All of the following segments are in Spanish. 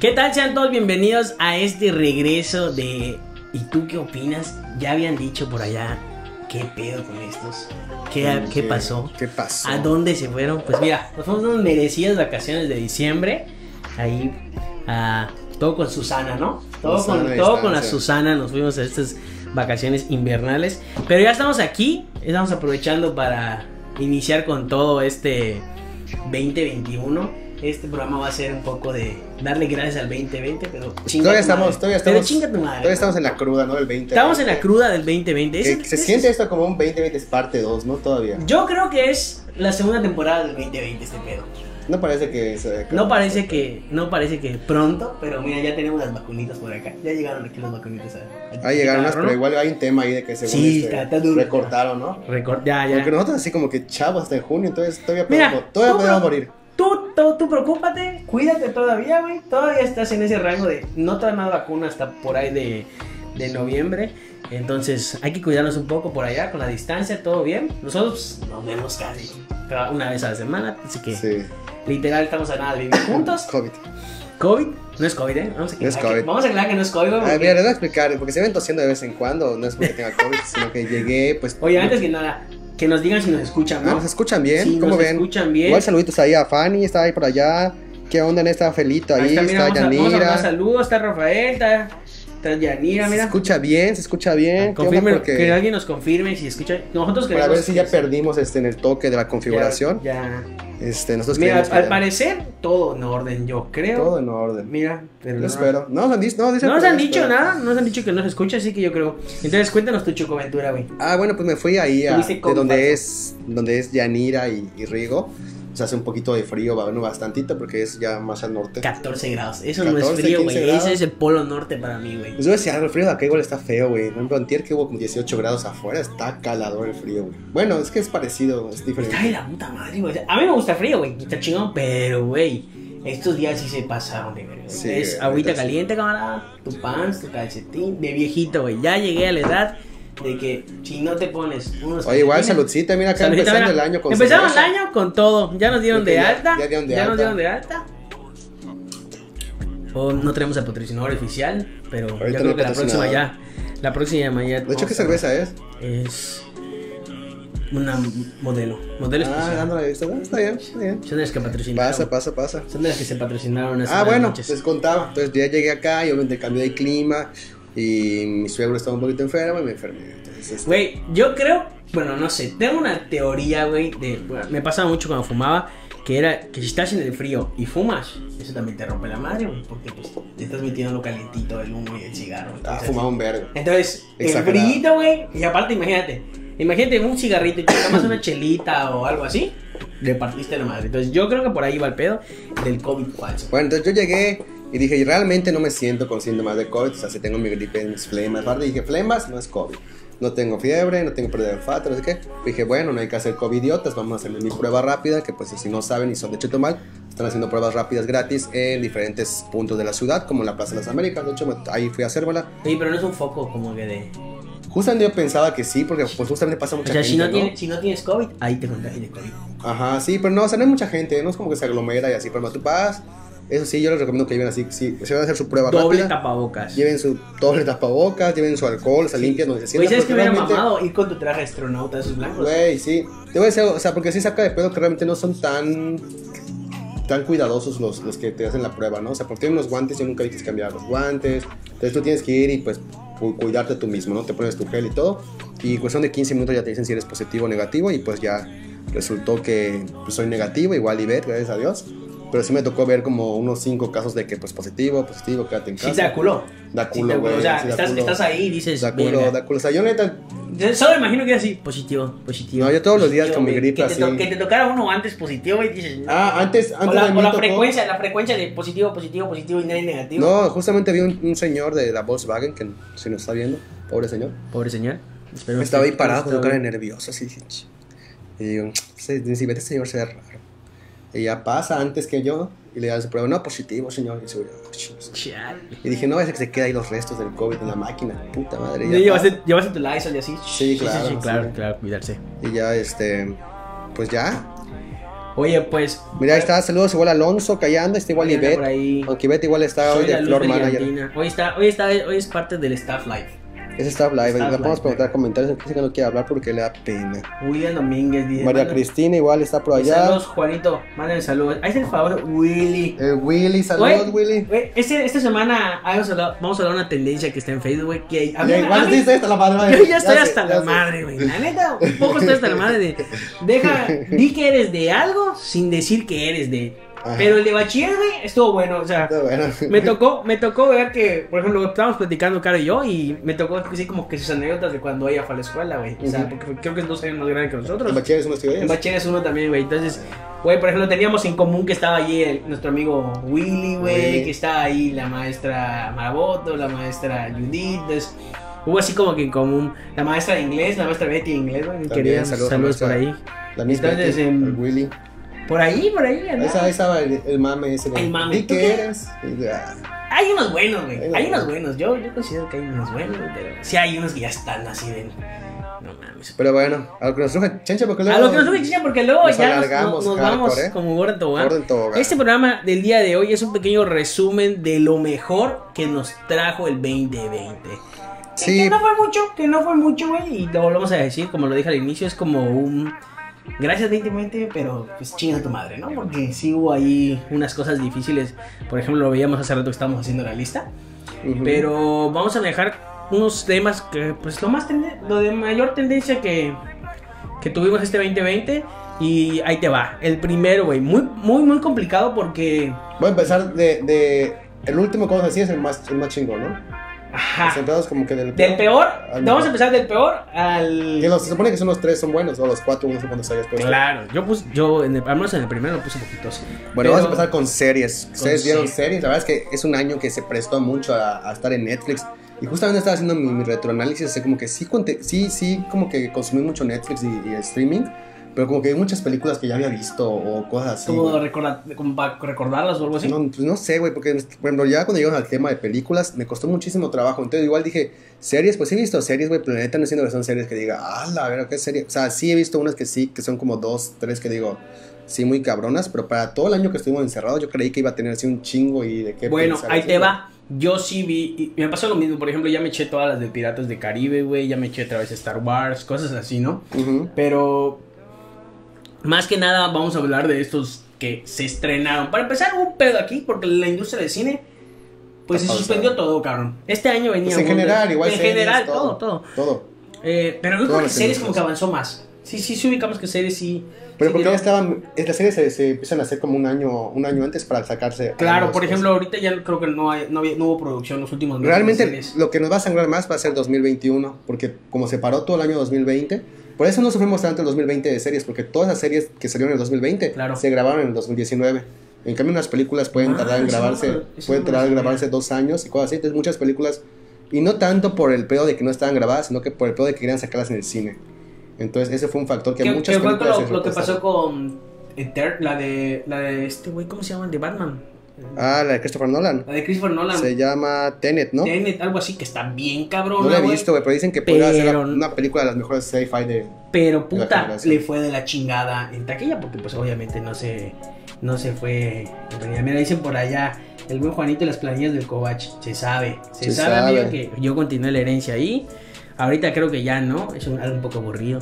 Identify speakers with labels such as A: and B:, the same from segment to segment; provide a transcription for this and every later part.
A: ¿Qué tal? Sean todos bienvenidos a este regreso de ¿Y tú qué opinas? Ya habían dicho por allá, ¿qué pedo con estos? ¿Qué, qué pasó?
B: ¿Qué pasó?
A: ¿A dónde se fueron? Pues mira, nos fuimos unas merecidas vacaciones de diciembre. Ahí, ah, todo con Susana, ¿no? Todo,
B: Susana
A: con,
B: a
A: todo con la
B: distancia.
A: Susana nos fuimos a estas vacaciones invernales. Pero ya estamos aquí, estamos aprovechando para iniciar con todo este 2021. Este programa va a ser un poco de darle gracias al 2020, pero chinga
B: Todavía
A: tu madre.
B: estamos- todavía
A: Pero
B: estamos-
A: chinga tu madre.
B: Todavía estamos en la cruda, ¿no? Del 20.
A: Estamos en la cruda del 2020.
B: Que-
A: Ese-
B: que se
A: ese-
B: siente esto como un 2020 es parte 2, ¿no? Todavía.
A: Yo creo que es la segunda temporada del 2020 este pedo.
B: No parece que se
A: No parece que no parece que pronto, pero mira, ya tenemos las vacunitas por acá. Ya llegaron aquí las vacunitas. a-
B: Ah, llegaron unas,
A: ¿no?
B: pero igual hay un tema ahí de que se
A: Sí, está- está duro.
B: recortaron, ¿no?
A: Recor- ya, ya.
B: Porque nosotros así como que chavos hasta en junio, entonces todavía
A: Mira,
B: podemos, todavía
A: tú,
B: podemos
A: bro.
B: morir.
A: Tú, tú, tú preocúpate, cuídate todavía, güey. Todavía estás en ese rango de no traes más vacuna hasta por ahí de, de noviembre. Entonces hay que cuidarnos un poco por allá, con la distancia, todo bien. Nosotros pues, nos vemos casi cada- una vez a la semana, así que
B: Sí,
A: literal estamos a nada de vivir juntos.
B: COVID.
A: COVID, no es COVID, ¿eh? Vamos a
B: No es
A: aclarar, que,
B: COVID.
A: vamos a aclarar que no es COVID, güey,
B: Ah,
A: porque-
B: mira, les voy a explicar, porque se ven tosiendo de vez en cuando, no es porque tenga COVID, sino que llegué, pues...
A: Oye, antes que nada, que nos digan si nos escuchan,
B: Ah,
A: ¿no?
B: ¿Nos escuchan bien?
A: Si
B: ¿Cómo
A: nos
B: ven?
A: escuchan bien.
B: Igual saluditos ahí a Fanny, está ahí por allá. ¿Qué onda en esta Felito ahí?
A: está, mira,
B: Está,
A: vamos a- vamos a
B: Yanira.
A: mandar saludos, está Rafael, está, está Yanira,
B: Se
A: mira.
B: escucha bien, se escucha bien. ¿Qué onda?
A: Confirmen,
B: Porque-
A: Ah, que alguien nos confirme si escucha. Nosotros
B: para
A: queremos.
B: ver si ya
A: que-
B: perdimos este, en el toque de la configuración.
A: Ya.
B: Este, nosotros
A: Mira, al,
B: queremos que ya-
A: parecer todo en orden, yo creo.
B: todo en orden.
A: Mira, pero
B: Yo
A: no.
B: espero. No nos han, dis- no, dicen
A: No
B: que
A: nos han
B: no,
A: dicho
B: pero-
A: nada, no nos han dicho que no se escucha, así que yo creo. Entonces cuéntanos tu chocoventura, güey.
B: Ah, bueno, pues me fui ahí a,
A: Tuviste
B: de
A: compas.
B: donde es, donde es Yanira y, y Rigo. Se hace un poquito de frío, bueno, bastantito, porque es ya más al norte.
A: 14 grados. Eso no es
B: 14,
A: frío,
B: 15
A: güey.
B: grados.
A: Ese es el polo norte para mí, güey.
B: Pues yo decía, "Ah, el frío de acá igual está feo, güey. Por ejemplo, antier que hubo como 18 grados afuera, está calador el frío, güey. Bueno, es que es parecido, es diferente.
A: Está de la puta madre, güey. O sea, A mí me gusta frío, güey. Está chingón, pero, güey. Estos días sí se pasaron de verga. güey.
B: Sí,
A: es
B: güey,
A: agüita
B: ahorita sí.
A: caliente, camarada. Tu pants, tu calcetín. De viejito, güey. Ya llegué a la edad de que si no te pones unos.
B: Oye, igual,
A: calcetines-
B: saludcita, mira acá
A: Saludcita,
B: empezando
A: mira.
B: el año con
A: Empezamos el
B: cerveza.
A: año con todo. Ya nos dieron
B: Ok,
A: de
B: ya-
A: alta.
B: ya dieron de
A: nos
B: alta.
A: dieron de alta. Oh, no tenemos el patrocinador oficial, pero
B: Ahorita
A: yo
B: no
A: creo
B: hay
A: que la próxima
B: patrocinador.
A: ya. La próxima ya.
B: De hecho, ¿qué cerveza es?
A: Es una modelo. Modelo
B: Ah,
A: especial.
B: dándole vista. Ah, Está bien, está bien.
A: Son de las que patrocinaron.
B: Pasa, pasa, pasa.
A: Son de las que se patrocinaron hace
B: Ah,
A: varias
B: bueno,
A: noches.
B: les contaba. Entonces ya llegué acá y obviamente cambió de clima y mi suegro estaba un poquito enfermo y me enfermé. Entonces,
A: Güey, yo creo, bueno, no sé, tengo una teoría, güey, de, bueno, me pasaba mucho cuando fumaba, que era que si estás en el frío y fumas, eso también te rompe la madre, güey, porque pues te estás metiendo lo calentito del humo y el cigarro.
B: ah,
A: entonces-
B: fumaba un vergo.
A: Entonces, el
B: Exagerado.
A: brillito, güey, y aparte, imagínate, imagínate un cigarrito y te tomas una chelita o algo así, le partiste la madre. Entonces, yo creo que por ahí va el pedo del COVID falso.
B: Bueno, entonces yo llegué y dije, "Y realmente no me siento con síntomas de COVID, o sea, si tengo mi gripe, mis flemas. Aparte dije, flemas no es COVID. No tengo fiebre, no tengo pérdida de olfato, no sé qué. Dije, bueno, no hay que hacer COVIDiotas, vamos a hacerle mi prueba rápida, que pues si no saben y son de Chetumal, están haciendo pruebas rápidas gratis en diferentes puntos de la ciudad, como en la Plaza de las Américas. De hecho, me- ahí fui a hacérmela.
A: Sí, pero no es un foco como que de...
B: Justamente yo pensaba que sí, porque pues justamente pasa
A: O
B: mucha
A: sea,
B: gente,
A: si no,
B: ¿no?
A: Tienes, si no tienes COVID, ahí te contagias de COVID.
B: Ajá, sí, pero no, o sea, no hay mucha gente, no es como que se aglomera y así, pero no, tú vas. Eso sí, yo les recomiendo que lleven así, si se van a hacer su prueba
A: Doble
B: rápida.
A: tapabocas.
B: Lleven su doble tapabocas, lleven su alcohol, se limpian donde se
A: Güey, ¿sabes
B: sientan.
A: que
B: porque
A: hubiera
B: realmente-
A: mamado ir con tu traje de astronauta de esos blancos?
B: Güey, sí. Te voy a decir, algo, o sea, porque sí saca de pedo que realmente no son tan tan cuidadosos los, los que te hacen la prueba, ¿no? O sea, porque tienen unos guantes, yo nunca vi que se cambiaban los guantes. Entonces tú tienes que ir y pues cu- cuidarte tú mismo, ¿no? Te pones tu gel y todo. Y en cuestión de 15 minutos ya te dicen si eres positivo o negativo y pues ya resultó que pues, soy negativo, igual y ver, gracias a Dios. Pero sí me tocó ver como unos 5 casos de que pues positivo, positivo, quédate en
A: Sí
B: casa.
A: te da culo.
B: Da
A: Sí
B: culo,
A: te da
B: güey.
A: O sea,
B: sí da
A: estás,
B: culo.
A: estás ahí y dices...
B: Da culo,
A: "Verga".
B: da culo. O sea, yo neta,
A: Yo Solo imagino que es así. Positivo, positivo.
B: No, yo todos los días
A: positivo,
B: con mi
A: güey.
B: gripa
A: que te, to-
B: así.
A: que te tocara uno antes positivo y dices... no.
B: Ah, antes, antes
A: o la,
B: de
A: o
B: mí
A: la
B: tocó-
A: frecuencia, la frecuencia de positivo, positivo, positivo y nadie negativo.
B: No, justamente vi un, un señor de la Volkswagen que si nos está viendo, pobre señor.
A: Pobre señor. Espero
B: Pues estaba
A: que-
B: ahí parado con
A: estaba
B: su cara
A: bien.
B: nerviosa, así. ch- Y digo, "Se- si vete, señor, se ve raro. Y ya pasa antes que yo y le da su prueba, no, positivo, señor. Y, se- ch-
A: Chale.
B: y dije, no, es que se queda ahí los restos del COVID en la máquina, puta madre. Y ya,
A: Y
B: pasa.
A: Llevaste, llevaste tu Lysol y así.
B: Sí, claro,
A: claro,
B: sí.
A: claro, cuidarse.
B: Y ya, este, pues ya.
A: Oye, pues.
B: Mira, ahí está, saludos igual a Alonso, que allá anda, está igual
A: Mariana por
B: Ivette.
A: ahí.
B: Aunque Ivette igual está
A: Soy
B: hoy
A: la
B: de
A: luz
B: Floor
A: de
B: Manager.
A: Leandrina. Hoy está, hoy está, hoy es parte del staff live.
B: Es Staff Live,
A: Staff
B: la podemos
A: Live,
B: preguntar comentarios, dice que no quiere hablar porque le da pena.
A: William Domínguez dice.
B: María
A: "Manda-
B: Cristina igual está por allá.
A: Saludos, Juanito. Mándale saludos. Haz el favor, Willy.
B: El Eh, Willy,
A: Güey,
B: saludos Willy.
A: güey, este- esta semana vamos a, hablar, vamos a hablar de una tendencia que está en Facebook, güey. Que a mí-
B: Ya
A: a
B: igual
A: mí-
B: dice esta la madre.
A: yo
B: madre.
A: ya estoy
B: sé,
A: hasta la
B: ya sé.
A: madre, güey. La neta, un poco estoy hasta la madre de. Deja, di que eres de algo sin decir que eres de.
B: Ajá.
A: Pero el de bachiller, güey, estuvo bueno. O sea,
B: Está bueno.
A: me tocó, me tocó ver que, por ejemplo, estábamos platicando, Caro y yo, y me tocó así como que sus anécdotas de cuando ella fue a la escuela, güey. O sea,
B: Ujú.
A: porque creo que es dos años más grande que nosotros.
B: ¿El bachiller es un estudio?
A: En Bachera es uno también, güey. Entonces, güey, por ejemplo, teníamos en común que estaba allí el- nuestro amigo Willy, güey,
B: Willy.
A: que estaba ahí la maestra Maraboto, la maestra Judith. entonces, hubo así como que en común la maestra de inglés, la maestra Betty de inglés, güey. mi
B: También,
A: querida,
B: saludos,
A: saludos por ahí.
B: maestra. La misma
A: Entonces,
B: Betty,
A: em,
B: el Willy.
A: Por ahí, por ahí,
B: Ahí
A: ¿verdad?
B: estaba, ahí estaba el, el mame ese. de,
A: El mame.
B: Di
A: ¿Tú
B: que
A: qué?
B: eres. Y ya.
A: Hay unos buenos, güey.
B: Hay unos
A: Hay unos buenos.
B: buenos.
A: Yo, yo considero que hay unos buenos, güey, pero sí hay unos que ya están así de. No mames.
B: Pero bueno, a lo que nos truje Chencha, porque luego.
A: A lo que nos sube chicha, porque luego
B: nos
A: ya nos,
B: alargamos,
A: nos
B: hardcore,
A: vamos
B: ¿eh?
A: como gordo, en tobogán.
B: Orden tobogán.
A: Este programa del día de hoy es un pequeño resumen de lo mejor que nos trajo el 2020.
B: Sí.
A: Que no fue mucho, que no fue mucho, güey. Y lo volvemos a decir, como lo dije al inicio, es como un... Gracias 2020, pero pues chinga tu madre, ¿no? Porque sí hubo ahí unas cosas difíciles. Por ejemplo, lo veíamos hace rato que estábamos haciendo la lista.
B: Ujú.
A: Pero vamos a dejar unos temas que, pues, lo más tende- lo de mayor tendencia que, que tuvimos este 2020. Y ahí te va. El primero, güey. Muy, muy, muy complicado porque.
B: Voy a empezar de. de el último que vamos a decir es el más, el más chingón, ¿no? Los
A: Ajá.
B: entrados como que del
A: Del peor.
B: al
A: Vamos a
B: mejor.
A: empezar del peor al.
B: Que los- se supone que son los tres son buenos, o los cuatro, uno sé cuántos hayas puesto.
A: Claro, yo puse, yo en el, al menos en el primero lo puse poquitos.
B: Bueno,
A: Pero-
B: vamos a empezar con series. Ustedes vieron
A: series.
B: series, la verdad es que es un año que se prestó mucho a, a estar en Netflix. Y justamente estaba haciendo mi, mi retroanálisis, o sea, como que sí, conte- sí, sí, como que consumí mucho Netflix y, y streaming, pero como que hay muchas películas que ya había visto o cosas así.
A: Como,
B: güey.
A: recordar, como para recordarlas o algo así.
B: No, pues no sé, güey, porque por ejemplo, ya cuando llegamos al tema de películas, me costó muchísimo trabajo. Entonces, igual dije, series, pues sí he visto series, güey, pero la neta no siento que son series que diga, ah, la verdad, qué serie. O sea, sí he visto unas que sí, que son como dos, tres que digo, sí, muy cabronas, pero para todo el año que estuvimos encerrados, yo creí que iba a tener así un chingo y de qué.
A: Bueno,
B: pensar,
A: ahí
B: así,
A: te
B: güey.
A: va. Yo sí vi, y me pasó lo mismo, por ejemplo, ya me eché todas las de Piratas de Caribe, güey, ya me eché otra vez Star Wars, cosas así, ¿no?
B: Ujú.
A: Pero más que nada vamos a hablar de estos que se estrenaron. Para empezar, hubo un pedo aquí porque la industria del cine pues se
B: Está
A: suspendió todo, cabrón. Este año venía
B: Pues en
A: un-
B: general, igual
A: en
B: series,
A: general todo,
B: todo.
A: todo.
B: Todo.
A: Eh, pero no
B: Todas
A: creo que
B: las
A: series como
B: películas.
A: que avanzó más. Sí, sí, sí ubicamos que series sí.
B: Pero
A: sí
B: porque ya
A: dieron-
B: estaban, es- las series se, se empiezan a hacer como un año, un año antes para sacarse.
A: Claro,
B: años,
A: por
B: pues.
A: ejemplo, ahorita ya creo que no, hay- no, había- no hubo producción los últimos meses. de
B: Realmente
A: series.
B: lo que nos va a sangrar más va a ser 2021, porque como se paró todo el año 2020, por eso no sufrimos tanto el 2020 de series, porque todas las series que salieron en el 2020
A: Claro.
B: se grabaron en el 2019. En cambio, unas películas pueden
A: Ah,
B: tardar en
A: eso no
B: grabarse,
A: lo- eso
B: pueden
A: no lo
B: tardar en
A: sabía.
B: grabarse dos años y cosas así. Entonces, muchas películas, y no tanto por el pedo de que no estaban grabadas, sino que por el pedo de que querían sacarlas en el cine. Entonces, ese fue un factor que,
A: Que-
B: muchas
A: que fue
B: películas.
A: lo,
B: se
A: lo que pasó
B: retrasaron.
A: con Eter- la de la de este güey, ¿cómo se llama? El de Batman.
B: Ah, la de Christopher Nolan.
A: La de Christopher Nolan.
B: Se llama Tenet, ¿no?
A: Tenet, algo así que está bien cabrón.
B: No la he visto, güey, pero dicen que podría ser
A: Pero-
B: la- una película de las mejores sci-fi de,
A: Pero
B: La
A: puta,
B: generación.
A: le fue de la chingada en taquilla porque pues obviamente no se no se fue. en realidad. Mira, dicen por allá el buen Juanito y las planillas del Covach, se sabe, se,
B: Se
A: sabe,
B: sabe.
A: amigo, que yo continué la herencia ahí. Ahorita creo que ya no, es un, algo un poco aburrido.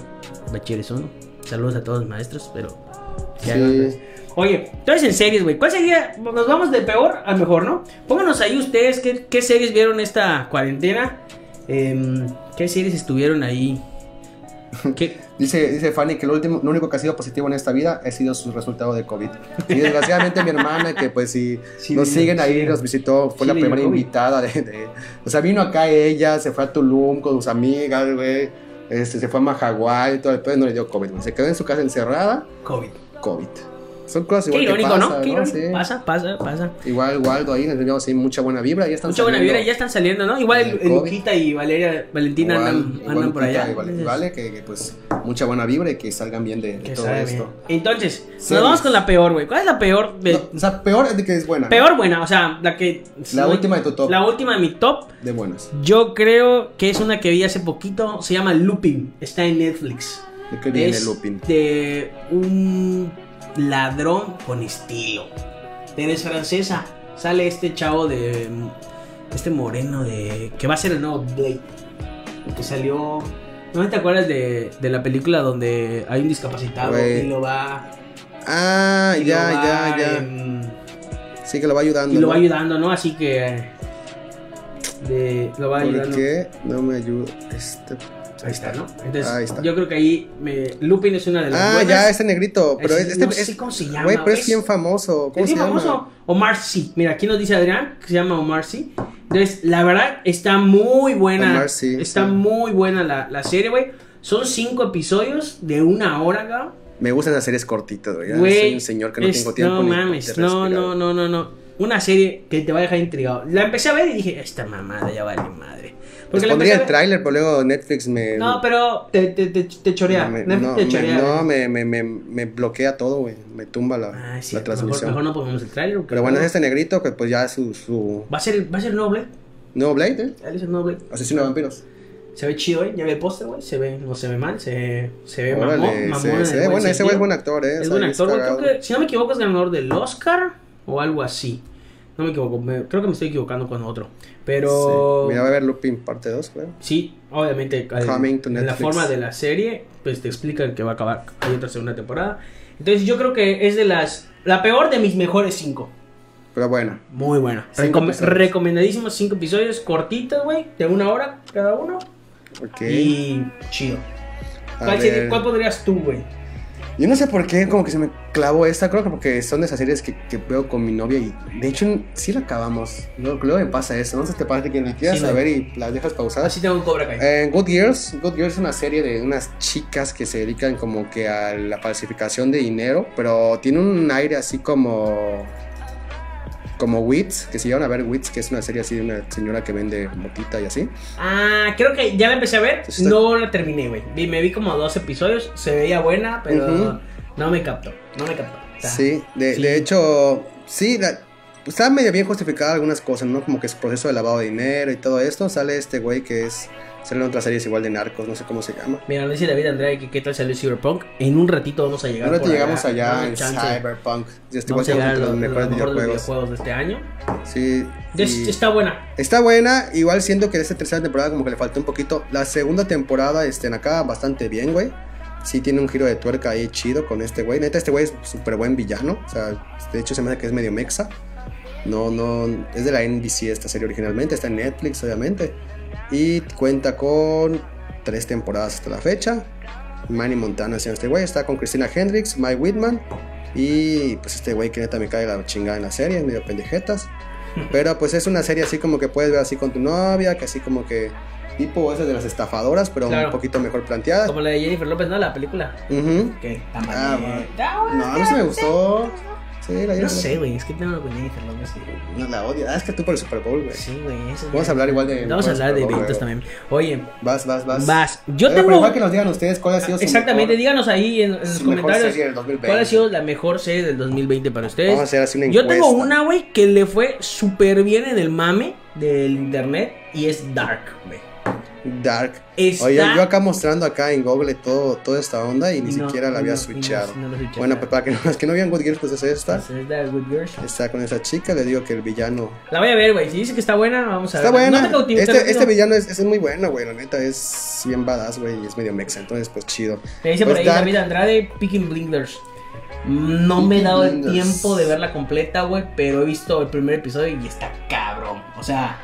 A: Bachilleres uno. Saludos a todos los maestros, pero ya
B: Sí.
A: no, pues. Oye, entonces en series, güey, ¿cuál sería? Nos vamos de peor a mejor, ¿no? Pónganos ahí ustedes qué, qué series vieron esta cuarentena, Em, qué series estuvieron ahí. ¿Qué,
B: Dice, dice Fanny que lo, último, lo único que ha sido positivo en esta vida ha sido su resultado de COVID. Y desgraciadamente mi hermana, que pues si
A: Sí,
B: nos
A: le-
B: siguen ahí,
A: sí.
B: nos visitó,
A: Sí,
B: fue la
A: le dio
B: primera
A: COVID.
B: invitada de, de- O sea, vino acá ella, se fue a Tulum con sus amigas, güey. Este, se fue a Mahahual y todo, después no le dio COVID, güey. Se quedó en su casa encerrada,
A: COVID.
B: COVID. Son cosas
A: Qué
B: igual que
A: irónico,
B: pasan,
A: ¿no? Qué irónico.
B: Sí.
A: Pasa, pasa, pasa.
B: Igual Waldo ahí, les enviamos sí, mucha buena vibra. Ya están
A: Mucha buena
B: saliendo.
A: vibra, ya están saliendo, ¿no? Igual
B: El
A: el- el
B: COVID.
A: Luquita y Valeria, Valentina
B: Igual-
A: andan,
B: igual
A: andan por
B: Lupita,
A: allá.
B: igual-
A: Entonces,
B: vale, que, que, pues mucha buena vibra y que salgan bien de, de
A: que
B: todo
A: sabe
B: esto.
A: bien. Entonces, nos
B: Series.
A: vamos con la peor, güey. ¿Cuál es la peor? de-
B: No, o sea, peor es de que es buena. ¿no?
A: Peor buena, o sea, la que...
B: La última de tu top.
A: La última de mi top.
B: De buenas.
A: Yo creo que es una que vi hace poquito. Se llama Looping. Está en Netflix.
B: ¿De qué viene
A: es
B: Lupin?
A: de un ladrón con estilo. Tenés francesa. Sale este chavo de. Este moreno de. Que va a ser el nuevo Blade. El que salió. ¿No te acuerdas de, de la película donde hay un discapacitado
B: Güey.
A: y lo va.
B: Ah,
A: y lo
B: ya,
A: va,
B: ya, ya.
A: em,
B: Sí, que lo va ayudando.
A: y lo
B: ¿no?
A: va ayudando, ¿no? Así que. de- lo va
B: ¿Por
A: ayudando.
B: qué no me ayuda este?
A: Ahí está, ¿no? Entonces,
B: Ahí está.
A: yo creo que ahí me- Lupin es una de las
B: Ah,
A: buenas.
B: ya, este negrito. Pero
A: Es-
B: es, este
A: no
B: es-
A: sé cómo se llama.
B: güey, pero es
A: es-
B: bien famoso. ¿Cómo
A: ¿Es
B: se
A: bien
B: llama?
A: famoso? Omar Sy. Mira, aquí nos dice Adrián que se llama Omar Sy. Entonces, la verdad, está muy buena.
B: Omar Sy,
A: Está
B: sí.
A: muy buena la, la serie, güey. Son cinco episodios de una hora, cabrón.
B: Me gustan las series cortitas, güey. Ya
A: Güey,
B: Soy un señor que no
A: es-
B: tengo tiempo.
A: No
B: ni
A: mames,
B: para
A: no,
B: respirar.
A: no, no, no, no. Una serie que te va a dejar intrigado. La empecé a ver y dije, esta mamada ya vale madre.
B: Les
A: la
B: Pues pondría
A: empecé a
B: el
A: ver-
B: tráiler, pero luego Netflix me.
A: No, pero te, te, te, te chorea.
B: me-
A: Netflix
B: no,
A: te
B: me-
A: chorea.
B: no, me, me, me, me bloquea todo, güey. Me tumba la,
A: Ah, sí,
B: la
A: mejor,
B: transmisión.
A: mejor no pongamos el trailer.
B: Pero bueno, es este negrito que pues ya es su, su
A: Va a ser, va a ser el nuevo Blade.
B: nuevo Blade, ¿eh?
A: Él es el nuevo Blade.
B: Asesino de vampiros.
A: Se ve chido, ¿eh? Ya ve el póster, güey. Se ve, no se ve mal, se ve, se ve mamón,
B: Órale,
A: Eh, mamón
B: se-
A: en el
B: se ve bueno, ese güey es
A: sentido.
B: buen actor, ¿eh? O
A: Es
B: sea,
A: buen
B: ahí
A: actor,
B: está
A: güey. Creo
B: cagado.
A: que, si no me equivoco, es ganador del Oscar o algo así. No me equivoco, me- creo que me estoy equivocando con otro. Pero.
B: Sí. Mira, va a haber Lupin parte 2, creo.
A: Sí, obviamente al-
B: Coming to
A: en la
B: Netflix.
A: forma de la serie, pues te explican que va a acabar, hay otra segunda temporada. Entonces yo creo que es de las, la peor de mis mejores cinco.
B: Pero bueno,
A: Muy buena.
B: Cinco
A: Recom-
B: episodios.
A: recomendadísimos cinco episodios, cortitos, güey, de una hora cada uno.
B: ok.
A: Y chido.
B: a
A: ¿Cuál, serie-
B: ver.
A: cuál podrías tú, güey?
B: Yo no sé por qué, como que se me clavó esta, creo que porque son de esas series que, que veo con mi novia y de hecho sí la acabamos. Luego, luego me pasa eso, no sé te pasa que la quieras
A: Sí, Ah,
B: a
A: güey.
B: ver y la dejas pausada.
A: Así tengo un Cobra Kai.
B: Eh, Good Girls, Good Girls es una serie de unas chicas que se dedican como que a la falsificación de dinero, pero tiene un aire así como como Wits, que se llevan a ver Wits, que es una serie así de una señora que vende motita y así.
A: Ah, creo que ya la empecé a ver.
B: Está-
A: No la terminé, güey. Vi- Me vi como dos episodios. Se veía buena, pero
B: Ujú.
A: no me captó. No me captó. O sea,
B: Sí, de,
A: sí.
B: de hecho, sí, la- está medio bien justificada algunas cosas, ¿no? Como que es proceso de lavado de dinero y todo esto. Sale este güey que es. Sale en otras series igual de narcos, no sé cómo se llama.
A: Mira, nos dice David Andrea que qué tal salió Cyberpunk. En un ratito vamos a llegar.
B: Ahora te
A: por
B: llegamos allá
A: Dame
B: en
A: chance.
B: Cyberpunk. Este Ya estoy
A: Vamos a llegar a
B: entre
A: lo-
B: los
A: a lo mejor
B: mejores
A: de los
B: videojuegos.
A: videojuegos de este año.
B: Sí.
A: Es-
B: y-
A: Está buena.
B: Está buena, igual siento que esta tercera temporada como que le faltó un poquito. La segunda temporada estén acá bastante bien, güey. Sí tiene un giro de tuerca ahí chido con este güey. Neta, este güey es súper buen villano. O sea, de hecho se me hace que es medio mexa. No, no, es de la NBC esta serie originalmente, está en Netflix obviamente. Y cuenta con tres temporadas hasta la fecha. Manny Montana haciendo este güey, está con Christina Hendricks, Mike Whitman y pues este güey que neta me cae la chingada en la serie, medio pendejetas. Pero pues es una serie así como que puedes ver así con tu novia, que así como que tipo esas de las estafadoras, pero
A: Claro.
B: un poquito mejor planteada.
A: Como la de Jennifer López, ¿no? La película.
B: Ujú.
A: Que
B: Ah, bueno. No, a mí sí me gustó. Sí, la
A: No sé, güey. Es que tengo con Jennifer López. güey.
B: No la odio. Ah, es que tú por el Super Bowl, güey.
A: Sí, güey. eso es-
B: Vamos a hablar igual de.
A: Vamos a hablar de
B: Super Bowl,
A: eventos
B: güey.
A: también. Oye,
B: Vas, vas, vas.
A: vas. Yo
B: Oiga,
A: tengo.
B: Pero igual que nos digan ustedes cuál ha sido su
A: Exactamente,
B: mejor-
A: díganos ahí en, en los
B: su mejor
A: comentarios
B: serie del 2020.
A: cuál ha sido la mejor serie del 2020 para ustedes.
B: Vamos a hacer así una
A: Yo
B: encuesta.
A: tengo una, güey, que le fue súper bien en el mame del internet y es Dark, güey.
B: Dark.
A: Está...
B: Oye, yo acá mostrando acá en Google todo, toda esta onda y ni
A: No,
B: siquiera la había
A: no, no,
B: switchado.
A: no la switché,
B: Bueno, pues
A: claro.
B: para que no, los que no vean Good Girls, pues es esta.
A: Entonces, es The Good Girls.
B: Está con esa chica, le digo que el villano.
A: La voy a ver, güey. Si dice que está buena, vamos a
B: Está
A: ver. No
B: buena.
A: te cautiv- te
B: este,
A: repito.
B: este villano es, es muy bueno, güey. La neta es bien badass, güey. Y es medio mexa, entonces pues chido.
A: Te dice por
B: Pues
A: ahí
B: Dark.
A: David Andrade, Picking Blinders. Mm, No me he
B: Peaky
A: dado el
B: Blinders.
A: tiempo de verla completa, güey, pero he visto el primer episodio y está cabrón. O sea,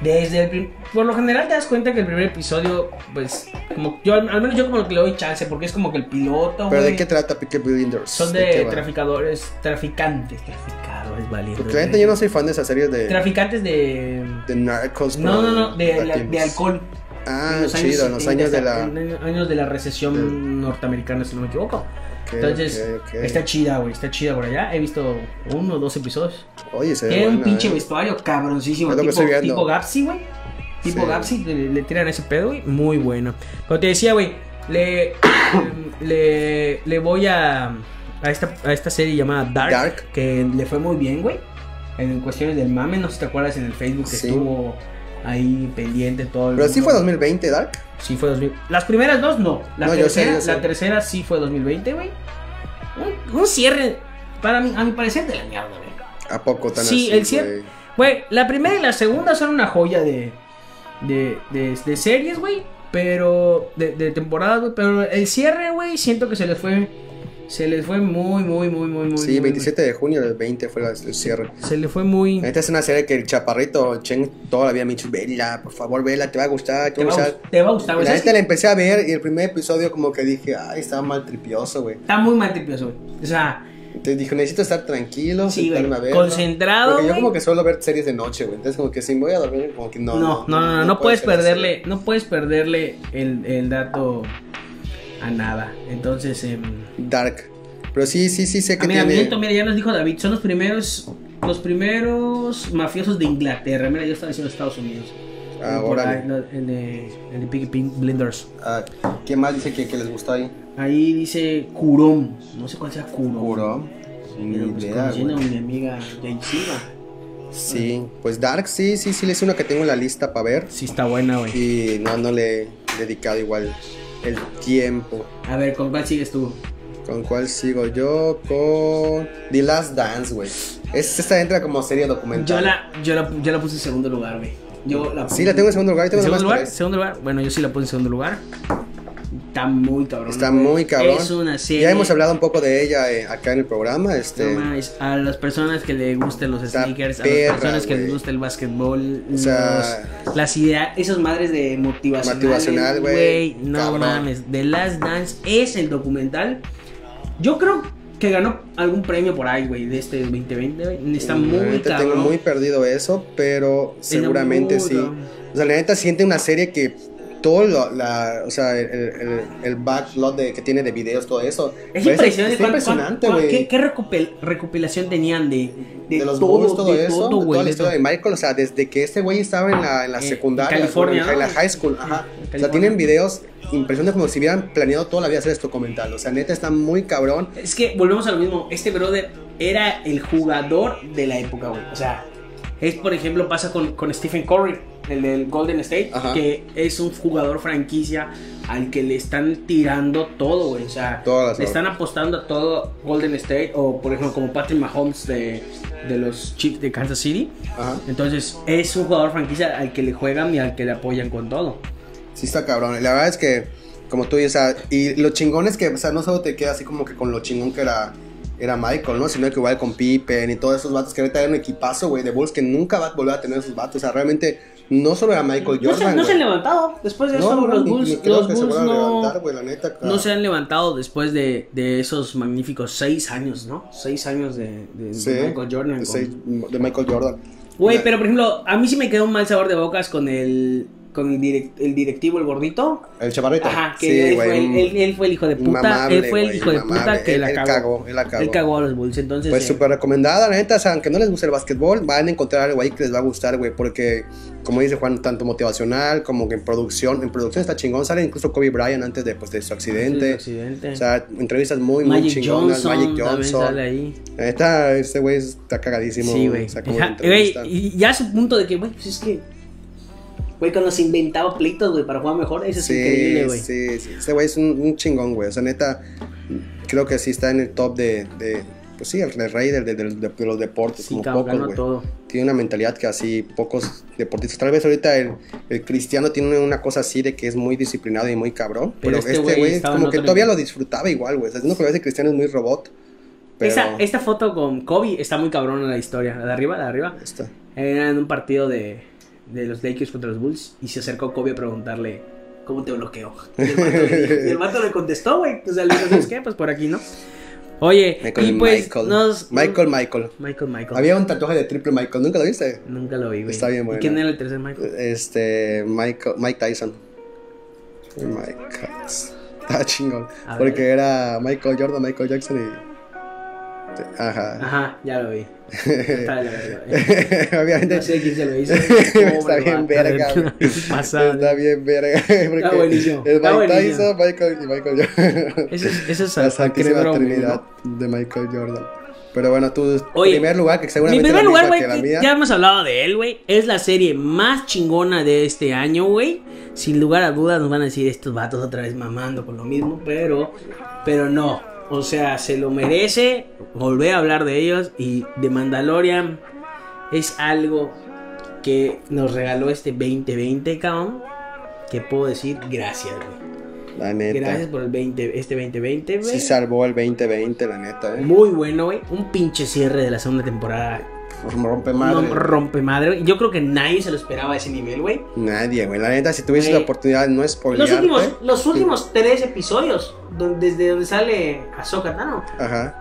A: desde el prim- Por lo general te das cuenta que el primer episodio, pues, como yo, al al menos yo como que le doy chance, porque es como que el piloto,
B: Pero de
A: güey.
B: qué trata Picket Blinders?
A: Son
B: qué
A: de
B: va?
A: traficadores, traficantes, traficadores, valientes.
B: Porque la neta yo no soy fan de esas series de,
A: Traficantes de...
B: de narcos.
A: No, no, no, de,
B: pero
A: la- de
B: latinos.
A: alcohol.
B: Ah, chido, en los años de la.
A: en los años de la recesión
B: del-
A: norteamericana, si no me equivoco.
B: Ok,
A: Entonces,
B: ok, ok.
A: Está chida, güey, está chida por allá. He visto uno o dos episodios.
B: Oye, se ve
A: Tiene un
B: buena,
A: pinche
B: eh.
A: vestuario cabroncísimo.
B: Es lo que
A: tipo,
B: estoy viendo.
A: tipo Gapsi, güey. Tipo
B: Sí.
A: Gapsi, le, le tiran ese pedo, güey. Muy bueno. Como te decía, güey, le, le, le voy a, a, esta, a esta serie llamada Dark,
B: Dark.
A: que le fue muy bien, güey. En cuestiones del mame, no sé si te acuerdas en el Facebook que
B: Sí.
A: estuvo ahí pendiente todo el
B: Pero sí
A: mundo.
B: fue 2020, Dark.
A: Sí fue 2000. Las primeras dos no. La
B: No, yo sé,
A: tercera,
B: yo sé.
A: la tercera sí fue 2020, güey. Un, un cierre, para mí, a mi parecer, de la mierda, güey.
B: ¿A poco tan
A: Sí,
B: así?
A: el cier-
B: güey?
A: Güey, la primera y la segunda son una joya de, de, de, de series, güey. Pero, de, de temporadas, güey. Pero el cierre, güey, siento que se les fue. Se les fue muy, muy, muy, muy, muy.
B: Sí,
A: muy,
B: 27 de junio del 20 fue la- el cierre.
A: muy. Se les fue muy.
B: Esta es una serie que el chaparrito Chen todavía me ha dicho, vela, por favor, vela, te va a gustar, te
A: Te
B: va
A: va,
B: a
A: a
B: gustar.
A: gust- te va a gustar, güey.
B: La
A: ¿Sabes
B: neta la empecé a ver y el primer episodio como que dije, ay, estaba mal tripioso, güey.
A: qué? Está muy mal tripioso, güey. O sea,
B: Entonces dije, necesito estar tranquilo,
A: sí, güey.
B: sentarme a ver.
A: Concentrado.
B: Porque yo
A: güey.
B: como que suelo ver series de noche, güey. Entonces como que si me voy a dormir, como que no.
A: No, no, no, no, no puedes
B: puede ser
A: perderle, no puedes perderle el, el dato a nada. Entonces, em,
B: así. Dark. Pero sí, sí, sí sé
A: Ah,
B: que
A: mira,
B: tiene...
A: miento, mira, ya nos dijo David, son los primeros, los primeros mafiosos de Inglaterra. Mira, yo estaba diciendo Estados Unidos.
B: Ah,
A: Por
B: órale.
A: ahí, no, el de, el de Piggy Pig Blinders.
B: Ah, ¿Qué más dice que, que les gustó ahí?
A: Ahí dice Curom, no sé cuál sea Curom.
B: Juro. Ni
A: Pero pues
B: idea,
A: conociendo a
B: güey.
A: mi amiga Jane Silva.
B: Sí, pues Dark sí, sí, sí, es una que tengo en la lista para ver.
A: Sí está buena, güey.
B: Y no, no le he dedicado igual el tiempo.
A: A ver, ¿con cuál sigues tú?
B: ¿Con cuál sigo yo? Con The Last Dance, güey. Es, esta entra como serie
A: Yo
B: documental.
A: la, yo, la, yo la puse en segundo lugar, güey. Yo la
B: Sí, la tengo en segundo lugar. yo
A: ¿En
B: Tengo
A: segundo
B: nomás
A: lugar?
B: tres.
A: segundo lugar. Bueno, yo sí la puse en segundo lugar. Está muy cabrón.
B: Está
A: güey.
B: muy cabrón.
A: Es una serie.
B: Ya hemos hablado un poco de ella eh, acá en el programa.
A: No
B: Este,
A: mames, a las personas que le gusten los
B: Está
A: sneakers, a
B: perra,
A: las personas que
B: güey.
A: les gusta el básquetbol,
B: O sea-
A: los- las ideas, esas madres de motivacional,
B: Motivacional, güey,
A: no
B: cabrón.
A: mames, The Last Dance es el documental. Yo creo que ganó algún premio por ahí, güey, de este 2020, güey. Está
B: la
A: muy
B: neta Mm, tengo
A: cabrón.
B: muy perdido eso, pero
A: Está muy
B: seguramente sí.
A: cabrón.
B: O sea, la neta siente una serie que todo lo- la, o sea, el, el, el backlog de, que tiene de videos, todo eso.
A: Es
B: Parece-
A: impresionante,
B: Pues, está
A: cuán-
B: impresionante,
A: cuán- cuán-
B: güey.
A: ¿Qué, qué recopil- recopilación tenían de,
B: de, los
A: todo,
B: boys, todo
A: de todo,
B: eso, de
A: güey,
B: toda la
A: de
B: historia de Michael, o sea, desde que este güey estaba en la, en la
A: Eh,
B: secundaria,
A: en California,
B: en la- en la
A: ¿no?
B: high school, ajá.
A: en
B: O sea,
A: California.
B: tienen videos impresionantes como si hubieran planeado toda la vida hacer esto documental, o sea, neta está muy cabrón.
A: Es que volvemos a lo mismo. Este brother era el jugador de la época, güey. O sea, es por ejemplo, pasa con, con Stephen Curry, el del Golden State,
B: Ajá.
A: que es un jugador franquicia al que le están tirando todo, güey. O sea,
B: Todas las
A: le están apostando a todo Golden State, o por ejemplo, como Patrick Mahomes de, de los Chiefs de Kansas City.
B: Ajá.
A: Entonces, es un jugador franquicia al que le juegan y al que le apoyan con todo.
B: Sí está cabrón. La verdad es que, como tú dices, o sea, y lo chingón es que, o sea, no solo te queda así como que con lo chingón que era, era Michael, ¿no? Sino que igual con Pippen y todos esos vatos que ahorita era un equipazo, güey, de Bulls que nunca va a volver a tener esos vatos. O sea, realmente no solo era Michael
A: No se,
B: Jordan,
A: Pues no se han
B: güey.
A: levantado. Después de eso,
B: no, no,
A: los
B: ni-
A: Bulls,
B: ni creo
A: los
B: que se
A: Bulls
B: vuelvan a
A: no.
B: levantar, güey, la neta.
A: No se han levantado después de, de esos magníficos seis años, ¿no? Seis años de, de- de
B: Sí.
A: Michael Jordan. con-
B: Sí, de Michael Jordan.
A: Güey,
B: La-
A: pero por ejemplo, a mí sí me quedó un mal sabor de bocas con el con el, direc- el directivo, el gordito.
B: El chaparrito.
A: Ajá, que
B: Sí,
A: él,
B: güey,
A: fue, el- él- él fue el hijo de puta.
B: Mamable,
A: él fue el
B: güey,
A: hijo de
B: mamable.
A: puta que
B: Él-
A: la
B: él
A: cagó.
B: cagó, él la cagó.
A: Él cagó a los Bulls, entonces.
B: Pues
A: eh,
B: súper recomendada, la neta, o sea, aunque no les guste el básquetbol, van a encontrar algo ahí que les va a gustar, güey, porque como dice Juan, tanto motivacional como que en producción, en producción está chingón, sale incluso Kobe Bryant antes de, pues, de su accidente,
A: accidente.
B: o sea, entrevistas muy, muy
A: Magic
B: chingonas,
A: Johnson,
B: Magic
A: también sale
B: Johnson,
A: ahí.
B: la neta, este güey está cagadísimo,
A: Sí, güey.
B: o sea, como
A: Ajá,
B: entrevista.
A: güey, y ya su punto de que, güey, pues es que. Güey, cuando se inventaba pleitos, güey, para jugar mejor, eso es increíble,
B: Sí,
A: güey.
B: sí, sí, este güey es un, un chingón, güey, o sea, neta, creo que sí está en el top de, de pues sí, el rey del- del- del- de, los deportes,
A: Sí,
B: como
A: cabrón,
B: pocos,
A: ganó
B: güey.
A: todo.
B: tiene una mentalidad que así pocos deportistas. Tal vez ahorita el, el cristiano tiene una cosa así de que es muy disciplinado y muy cabrón.
A: Pero
B: Pero,
A: este
B: este
A: güey
B: güey
A: estaba en
B: como que
A: otro
B: todavía
A: nivel.
B: lo disfrutaba igual, güey. O sea, siento que a veces cristiano es muy robot. Pero
A: Esa, esta foto con Kobe está muy cabrona la historia. La de arriba, la de arriba.
B: está.
A: Era en un partido de, de los Lakers contra los Bulls y se acercó Kobe a preguntarle cómo te bloqueó. Y el vato le, dijo- y el vato le contestó, güey. O sea, le dijo, ¿sabes qué? Pues por aquí, ¿no? Oye,
B: Michael,
A: y pues
B: Michael.
A: nos-
B: Michael, Michael.
A: Michael, Michael.
B: Había un tatuaje de triple Michael, ¿nunca lo viste?
A: Nunca lo vi, güey.
B: Está bien
A: ¿Y
B: bueno.
A: quién era el tercer Michael?
B: Este, Michael, Mike Tyson. Mike Tyson. Está chingón.
A: A ver.
B: Porque era Michael Jordan, Michael Jackson y. Ajá.
A: Ajá, ya lo
B: eh,
A: vi. Ah, Está de la verga, eh.
B: Obviamente.
A: No sé quién se lo hizo.
B: Está
A: Pobre
B: bien
A: vato,
B: verga,
A: güey. Pasado.
B: Está bien, verga. Porque
A: buenísimo,
B: Es
A: está
B: Mike
A: buenísimo.
B: Tyson, Michael y Michael Jordan.
A: Eso es, eso es
B: La
A: a-
B: Santísima
A: acreedor a un-
B: Trinidad de Michael Jordan. Pero bueno, tu
A: Oye,
B: primer lugar, que
A: Mi
B: seguramente
A: primer
B: es la
A: lugar,
B: misma
A: güey,
B: que
A: que
B: la mía.
A: ya hemos hablado de él, güey. Es la serie más chingona de este año, güey. Sin lugar a dudas nos van a decir estos vatos otra vez mamando con lo mismo, pero pero no. O sea, se lo merece volver a hablar de ellos. Y de Mandalorian es algo que nos regaló este 2020, cabrón. Que puedo decir gracias, güey.
B: La neta.
A: Gracias por el 20, este 2020, güey.
B: Sí salvó el 2020, la neta, eh.
A: Muy bueno, güey. Un pinche cierre de la segunda temporada.
B: Rompe madre.
A: No rompe madre. güey. Yo creo que nadie se lo esperaba a ese nivel, güey.
B: Nadie, güey. La neta, si tuvieses
A: Güey.
B: la oportunidad de no
A: Los
B: spoilearte.
A: últimos, los últimos tres episodios, don- desde donde sale Ahsoka Tano.
B: Ajá.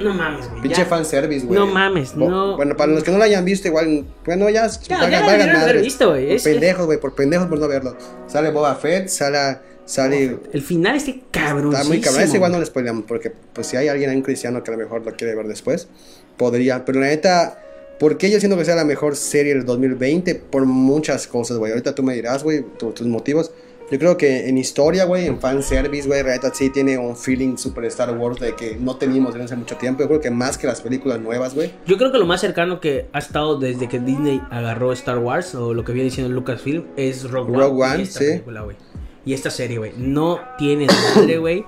A: No mames, güey.
B: Pinche
A: ya.
B: fanservice, güey.
A: No mames,
B: Bo-
A: no.
B: Bueno, para los que no lo hayan visto, igual. Bueno, ya.
A: Ya, ya la
B: valgan- valgan
A: debieron haber
B: madres.
A: visto, güey.
B: Por
A: Es- es-
B: pendejos, güey. Por pendejos por no verlo. Sale Boba Fett, sale. sale
A: el final este cabrón.
B: Está muy cabrón. Ese igual no le spoileamos, porque pues si hay alguien, hay un cristiano que a lo mejor lo quiere ver después, podría. Pero la neta, ¿por qué yo siento que sea la mejor serie del 2020? Por muchas cosas, güey. Ahorita tú me dirás, güey, tu- tus motivos. Yo creo que en historia, güey, en fanservice, güey, la neta sí tiene un feeling super Star Wars de que no teníamos desde hace mucho tiempo. Yo creo que más que las películas nuevas, güey.
A: Yo creo que lo más cercano que ha estado desde que Disney agarró Star Wars o lo que viene diciendo Lucasfilm es Rogue,
B: Rogue
A: One. y
B: One,
A: esta
B: sí.
A: película, güey. Y esta serie, güey. No tiene madre, güey.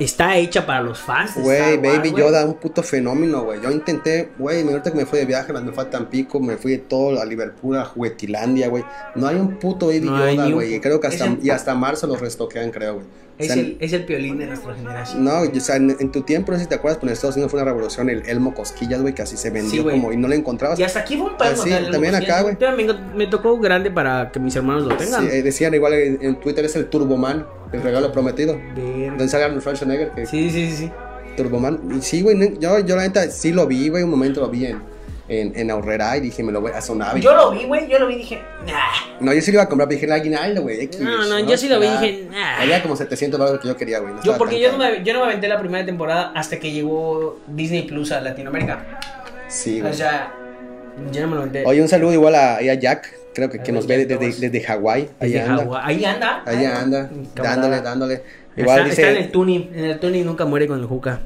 A: Está hecha para los fans. de
B: Güey,
A: Star Wars,
B: Baby
A: güey.
B: Yoda, un puto fenómeno, güey. Yo intenté, güey, me- ahorita que me fui de viaje, me fui a Tampico, me fui de todo a Liverpool, a Juguetilandia, güey. No hay un puto Baby
A: No hay ni
B: Yoda,
A: un
B: güey. Y Creo que hasta,
A: Es el-
B: y hasta marzo los restoquean, creo, güey. O
A: Es
B: sea,
A: el, es el piolín de nuestra generación.
B: No, y, o sea, en, en tu tiempo, no sé si te acuerdas, pero en Estados Unidos fue una revolución, el Elmo Cosquillas, güey, que así se vendió
A: güey.
B: como y no lo encontrabas.
A: Y hasta aquí fue un pedo.
B: Ah, sí, también acá, güey.
A: También me tocó grande para que mis hermanos lo tengan.
B: Sí, eh, decían igual en, en Twitter es el Turboman, el regalo prometido.
A: Verga.
B: Donde sale Arnold Schwarzenegger, que
A: Sí, sí, sí, sí.
B: Turboman. Y sí, güey, no- yo, yo la neta sí lo vi, güey, un momento lo vi en, en, en Aurrera y dije, me lo voy a hacer un hábito.
A: Yo lo vi, güey. Yo lo vi y dije, nah.
B: No, yo sí lo iba a comprar, pero dije el aguinaldo, güey. X,
A: No, no, yo sí lo vi y
B: Era-
A: dije, nah.
B: Había como 700 dólares que yo quería, güey. no
A: Yo,
B: estaba
A: porque
B: tan
A: yo no,
B: caro.
A: me, yo no me aventé la primera temporada hasta que llegó Disney Plus a Latinoamérica.
B: Sí,
A: O
B: güey.
A: sea, yo no me lo aventé.
B: Oye, un saludo igual a, ahí a Jack, creo que,
A: A
B: que
A: ver,
B: nos ve
A: Jack,
B: desde,
A: ¿cómo es?
B: desde, Hawái. Ahí
A: Desde
B: anda.
A: Hawái. Ahí anda.
B: Ahí anda,
A: mi camarada.
B: dándole, dándole. Igual
A: está, está en el
B: dice,
A: tuning. En el tuning nunca muere con el Juca.